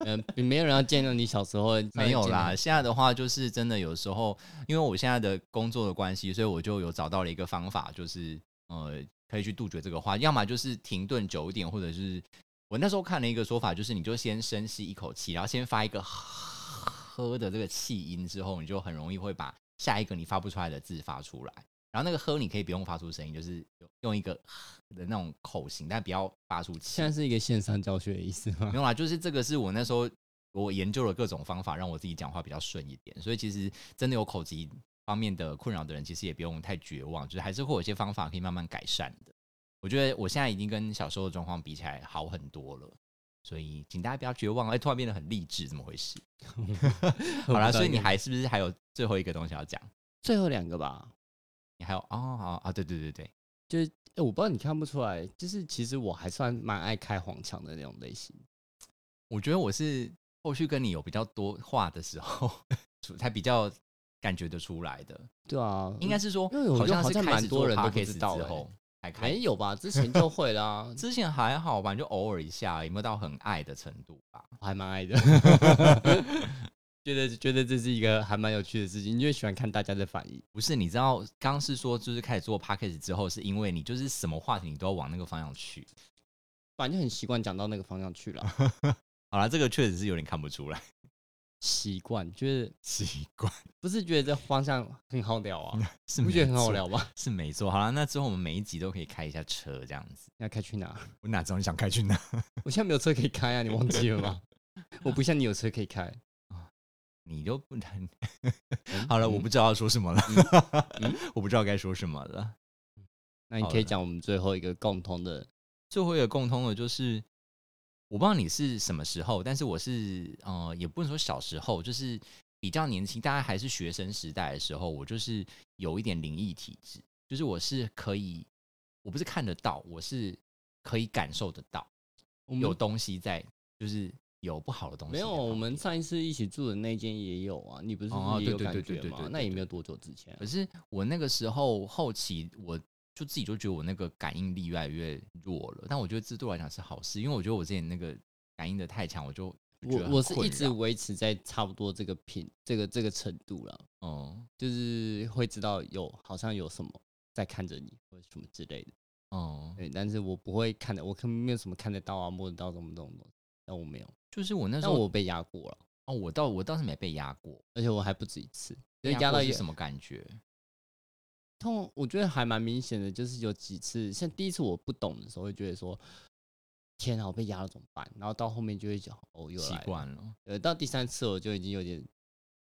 [SPEAKER 2] 嗯，没有人要见到你小时候，
[SPEAKER 1] 没有啦，
[SPEAKER 2] 见
[SPEAKER 1] 现在的话就是真的有时候，因为我现在的工作的关系，所以我就有找到了一个方法，就是呃，可以去杜绝这个话，要么就是停顿久一点，或者是我那时候看了一个说法，就是你就先深吸一口气，然后先发一个呵的这个气音，之后你就很容易会把下一个你发不出来的字发出来。然后那个呵，你可以不用发出声音，就是用一个的那种口型，但不要发出气
[SPEAKER 2] 现。在是一个线上教学的意思吗
[SPEAKER 1] 没？有啦，就是这个是我那时候我研究了各种方法，让我自己讲话比较顺一点。所以其实真的有口疾方面的困扰的人，其实也不用太绝望，就是还是会有一些方法可以慢慢改善的。我觉得我现在已经跟小时候的状况比起来好很多了，所以请大家不要绝望。哎、突然变得很励志，怎么回 事？好啦，所以你还是不是还有最后一个东西要讲？
[SPEAKER 2] 最后两个吧？
[SPEAKER 1] 你还有哦，好啊，对对对对，
[SPEAKER 2] 哎，我不知道你看不出来，就是其实我还算蛮爱开黄腔的那种类型。
[SPEAKER 1] 我觉得我是后续跟你有比较多话的时候， 才比较感觉得出来的。
[SPEAKER 2] 对啊，
[SPEAKER 1] 应该是说，
[SPEAKER 2] 因为我觉得
[SPEAKER 1] 像
[SPEAKER 2] 好
[SPEAKER 1] 是
[SPEAKER 2] 像
[SPEAKER 1] 开
[SPEAKER 2] 蛮
[SPEAKER 1] 始
[SPEAKER 2] 多
[SPEAKER 1] 做
[SPEAKER 2] 人都不
[SPEAKER 1] podcast
[SPEAKER 2] 知道
[SPEAKER 1] 之
[SPEAKER 2] 欸
[SPEAKER 1] 后才开
[SPEAKER 2] 没
[SPEAKER 1] 始，
[SPEAKER 2] 有吧？之前就会啦，
[SPEAKER 1] 之前还好吧，就偶尔一下，也没有到很爱的程度吧。
[SPEAKER 2] 我还蛮爱的， 觉得觉得这是一个还蛮有趣的事情，因为喜欢看大家的反应。
[SPEAKER 1] 不是，你知道，刚是说就是开始做 podcast 之后，是因为你就是什么话题你都要往那个方向去。
[SPEAKER 2] 反正很习惯讲到那个方向去了，
[SPEAKER 1] 好了，这个确实是有点看不出来，
[SPEAKER 2] 习惯就是
[SPEAKER 1] 奇怪，
[SPEAKER 2] 不是觉得这方向很好聊 啊？
[SPEAKER 1] 是
[SPEAKER 2] 你不
[SPEAKER 1] 没
[SPEAKER 2] 觉得很好
[SPEAKER 1] 错
[SPEAKER 2] 聊吗？
[SPEAKER 1] 是没错。好了，那之后我们每一集都可以开一下车这样子。
[SPEAKER 2] 要开去哪？
[SPEAKER 1] 我哪知道你想开去哪？
[SPEAKER 2] 我现在没有车可以开啊，你忘记了吗？ 我不像你有车可以开。
[SPEAKER 1] 你就不能
[SPEAKER 2] 嗯
[SPEAKER 1] 好了，我
[SPEAKER 2] 嗯
[SPEAKER 1] 不知道要说什么了，
[SPEAKER 2] 嗯
[SPEAKER 1] 我不知道该说什么了。
[SPEAKER 2] 那你
[SPEAKER 1] 好
[SPEAKER 2] 可以
[SPEAKER 1] 了
[SPEAKER 2] 讲我们最后一个共同的，
[SPEAKER 1] 最后一个共通的就是，我不知道你是什么时候，但是我是呃，也不能说小时候，就是比较年轻，大概还是学生时代的时候，我就是有一点灵异体质，就是我是可以，我不是看得到，我是可以感受得到
[SPEAKER 2] 我们
[SPEAKER 1] 有东西在，就是有不好的东西
[SPEAKER 2] 没
[SPEAKER 1] 在
[SPEAKER 2] 有？
[SPEAKER 1] 旁边。
[SPEAKER 2] 我们上一次一起住的那间也有啊，你不是
[SPEAKER 1] 哦
[SPEAKER 2] 也有
[SPEAKER 1] 对对
[SPEAKER 2] 感
[SPEAKER 1] 对对
[SPEAKER 2] 觉
[SPEAKER 1] 对
[SPEAKER 2] 吗
[SPEAKER 1] 对？
[SPEAKER 2] 那
[SPEAKER 1] 对
[SPEAKER 2] 也
[SPEAKER 1] 对
[SPEAKER 2] 没有多久之前啊
[SPEAKER 1] 可，是我那个时候后期，我就自己就觉得我那个感应力越来越弱了。但我觉得这对我来讲是好事，因为我觉得我之前那个感应的太强，我就觉得
[SPEAKER 2] 我
[SPEAKER 1] 很
[SPEAKER 2] 我是
[SPEAKER 1] 困
[SPEAKER 2] 一直
[SPEAKER 1] 扰
[SPEAKER 2] 维持在差不多这个频这个这个程度了，
[SPEAKER 1] 嗯
[SPEAKER 2] 就是会知道有好像有什么在看着你或者什么之类的，
[SPEAKER 1] 嗯，
[SPEAKER 2] 对，但是我不会看的，我可没有什么看得到啊、摸得到什么东西，但我没有，
[SPEAKER 1] 就是我那时
[SPEAKER 2] 但
[SPEAKER 1] 候
[SPEAKER 2] 我被压过了，
[SPEAKER 1] 哦，我倒我倒是没被压过，
[SPEAKER 2] 而且我还不止一次，就
[SPEAKER 1] 被
[SPEAKER 2] 压到
[SPEAKER 1] 过
[SPEAKER 2] 一
[SPEAKER 1] 是
[SPEAKER 2] 个
[SPEAKER 1] 什么感觉？
[SPEAKER 2] 通，我觉得还蛮明显的，就是有几次，像第一次我不懂的时候，会觉得说，天啊，我被压了怎么办？然后到后面就会讲，哦，又
[SPEAKER 1] 习
[SPEAKER 2] 来了。
[SPEAKER 1] 惯了。
[SPEAKER 2] 呃，到第三次我就已经有点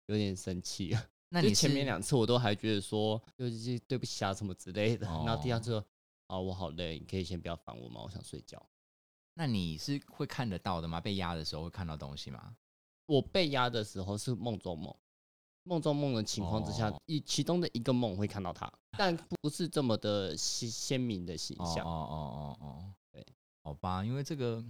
[SPEAKER 2] 有点生气了。
[SPEAKER 1] 那
[SPEAKER 2] 就
[SPEAKER 1] 你
[SPEAKER 2] 前面
[SPEAKER 1] 是
[SPEAKER 2] 两次我都还觉得说，就是对不起啊什么之类的，然后第
[SPEAKER 1] 哦
[SPEAKER 2] 二次说，啊，我好累，你可以先不要烦我吗？我想睡觉。
[SPEAKER 1] 那你是会看得到的吗？被压的时候会看到东西吗？
[SPEAKER 2] 我被压的时候是梦中梦，梦中梦的情况之下
[SPEAKER 1] 哦，
[SPEAKER 2] 一、其中的一个梦会看到他，但不是这么的鲜鲜明的形
[SPEAKER 1] 哦
[SPEAKER 2] 象。
[SPEAKER 1] 哦哦哦哦，
[SPEAKER 2] 对，
[SPEAKER 1] 好吧，因为这个。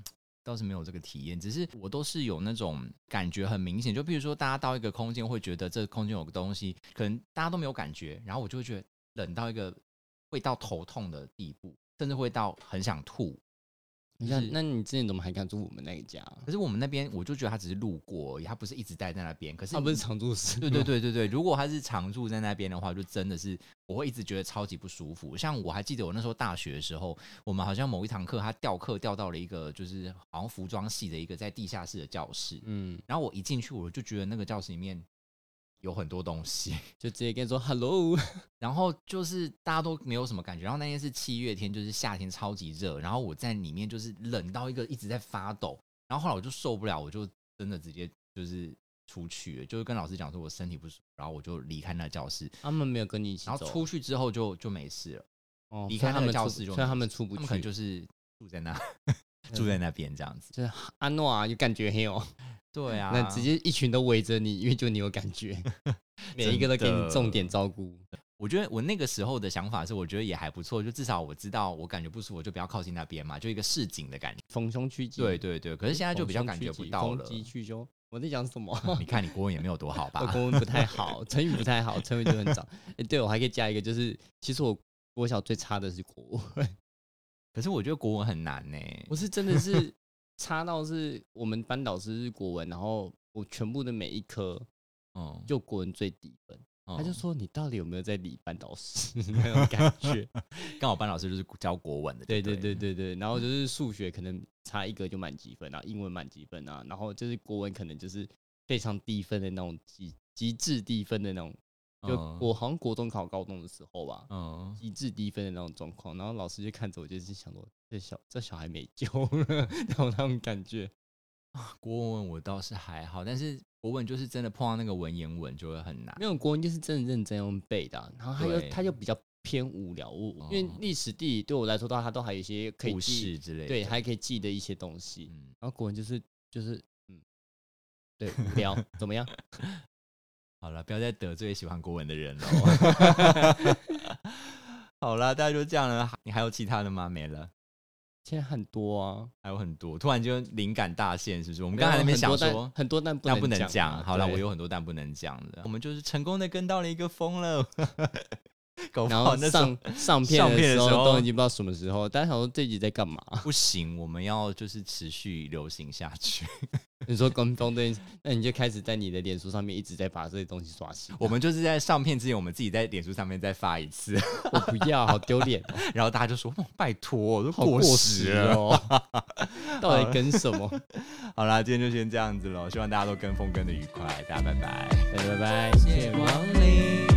[SPEAKER 1] 倒是没有这个体验，只是我都是有那种感觉很明显，就比如说大家到一个空间会觉得这空间有个东西，可能大家都没有感觉，然后我就会觉得冷到一个会到头痛的地步，甚至会到很想吐，
[SPEAKER 2] 你
[SPEAKER 1] 就
[SPEAKER 2] 看
[SPEAKER 1] 是，
[SPEAKER 2] 那你之前怎么还敢住我们那一家啊？
[SPEAKER 1] 可是我们那边，我就觉得他只是路过而已，他不是一直待在那边。可是
[SPEAKER 2] 他不是常住 室，
[SPEAKER 1] 对对，对对对，如果他是常住在那边的话，就真的是我会一直觉得超级不舒服。像我还记得我那时候大学的时候，我们好像某一堂课他调课调到了一个就是好像服装系的一个在地下室的教室，
[SPEAKER 2] 嗯，
[SPEAKER 1] 然后我一进去我就觉得那个教室里面有很多东西，
[SPEAKER 2] 就直接跟你说 hello，
[SPEAKER 1] 然后就是大家都没有什么感觉，然后那天是七月天，就是夏天超级热，然后我在里面就是冷到一个一直在发抖，然后后来我就受不了，我就真的直接就是出去了，就是跟老师讲说我身体不舒服，然后我就离开那教室，
[SPEAKER 2] 他们没有跟你一起
[SPEAKER 1] 然后
[SPEAKER 2] 走，
[SPEAKER 1] 出去之后就就没事了。
[SPEAKER 2] 哦
[SPEAKER 1] 离
[SPEAKER 2] 虽
[SPEAKER 1] 开
[SPEAKER 2] 然
[SPEAKER 1] 那
[SPEAKER 2] 他
[SPEAKER 1] 个
[SPEAKER 2] 们
[SPEAKER 1] 教
[SPEAKER 2] 出
[SPEAKER 1] 室就
[SPEAKER 2] 虽然
[SPEAKER 1] 没
[SPEAKER 2] 他们出不
[SPEAKER 1] 他们可
[SPEAKER 2] 去，嗯
[SPEAKER 1] 能就是住在那住在那边这样子。
[SPEAKER 2] 就是阿诺啊，有感觉黑哦，
[SPEAKER 1] 对 啊，
[SPEAKER 2] 那直接一群都围着你，因为就你有感 觉，每一个都给你重点照顾。
[SPEAKER 1] 我觉得我那个时候的想法是，我觉得也还不错，就至少我知道我感觉不舒服，我就不要靠近那边嘛，就一个市井的感觉。
[SPEAKER 2] 逢凶趋吉，
[SPEAKER 1] 对对对，可是现在就比较感觉不到了
[SPEAKER 2] 逢。吉去凶，我在讲 什么？
[SPEAKER 1] 你看你国文也没有多好
[SPEAKER 2] 我
[SPEAKER 1] 吧？
[SPEAKER 2] 国文不太好， 成语不太好，成语就很早。哎，对我还可以加一个，就是其实我国小最差的是国文，
[SPEAKER 1] 可是我觉得国文很难呢、
[SPEAKER 2] 我是真的是差到是我们班导师是国文，然后我全部的每一科
[SPEAKER 1] 嗯，
[SPEAKER 2] 就国文最低分，
[SPEAKER 1] 嗯
[SPEAKER 2] 他就说你到底有没有在理班导 师那种感觉？
[SPEAKER 1] 刚好班老师就是教国文的，
[SPEAKER 2] 对
[SPEAKER 1] 对
[SPEAKER 2] 对对对对，然后就是数学可能差一个就满积分啊，英文满积分啊，然后就是国文可能就是非常低分的那种极极致低分的那种，就哦
[SPEAKER 1] 嗯
[SPEAKER 2] 我好像国中考高中的时候吧，
[SPEAKER 1] 嗯，
[SPEAKER 2] 极致低分的那种状况，然后老师就看着我，就是想说这小这小孩没救了， 然后那种感觉，
[SPEAKER 1] 国文我倒是还好，但是国文就是真的碰到那个文言文就会很难。
[SPEAKER 2] 没有国文就是真的认真用背的啊、然后他
[SPEAKER 1] 对
[SPEAKER 2] 又他又比较偏无聊，我因为
[SPEAKER 1] 哦
[SPEAKER 2] 历史地理对我来说，它它都还有一些可以
[SPEAKER 1] 故
[SPEAKER 2] 记，
[SPEAKER 1] 事之类的，
[SPEAKER 2] 对，还可以记得一些东西，
[SPEAKER 1] 嗯，
[SPEAKER 2] 然后国文就是就是嗯，对，无聊怎么样？
[SPEAKER 1] 好了，不要再得罪喜欢国文的 人了。好啦，大家就这样了。你还有其他的吗？没了，
[SPEAKER 2] 现在很多啊，
[SPEAKER 1] 还有很多。突然就灵感大现，是不是？我
[SPEAKER 2] 我
[SPEAKER 1] 们刚才还没想说，
[SPEAKER 2] 很多但
[SPEAKER 1] 但不能
[SPEAKER 2] 能啊
[SPEAKER 1] 讲。好了，我
[SPEAKER 2] 又
[SPEAKER 1] 有很多但不能讲的。我们就是成功的跟到了一个风了， 搞不
[SPEAKER 2] 然
[SPEAKER 1] 好
[SPEAKER 2] 后
[SPEAKER 1] 那时候
[SPEAKER 2] 上上
[SPEAKER 1] 上
[SPEAKER 2] 片
[SPEAKER 1] 片的
[SPEAKER 2] 的时
[SPEAKER 1] 时
[SPEAKER 2] 候
[SPEAKER 1] 候
[SPEAKER 2] 都已经不知道什么时候，大家想说这集在干嘛？
[SPEAKER 1] 不行，我们要就是持续流行下 去。
[SPEAKER 2] 你说跟风对，那你就开始在你的脸书上面一直在把这些东西刷新。
[SPEAKER 1] 我们就是在上片之前，我们自己在脸书上面再发一次，
[SPEAKER 2] 我不要，好丢 脸哦，
[SPEAKER 1] 然后大家就说：“哦、拜托，都
[SPEAKER 2] 好
[SPEAKER 1] 过
[SPEAKER 2] 时
[SPEAKER 1] 了。
[SPEAKER 2] 哦， 到底跟什 么？
[SPEAKER 1] 好啦，今天就先这样子喽，希望大家都跟风跟的愉快，大家拜拜。
[SPEAKER 2] 哎拜拜拜，
[SPEAKER 1] 谢谢光临。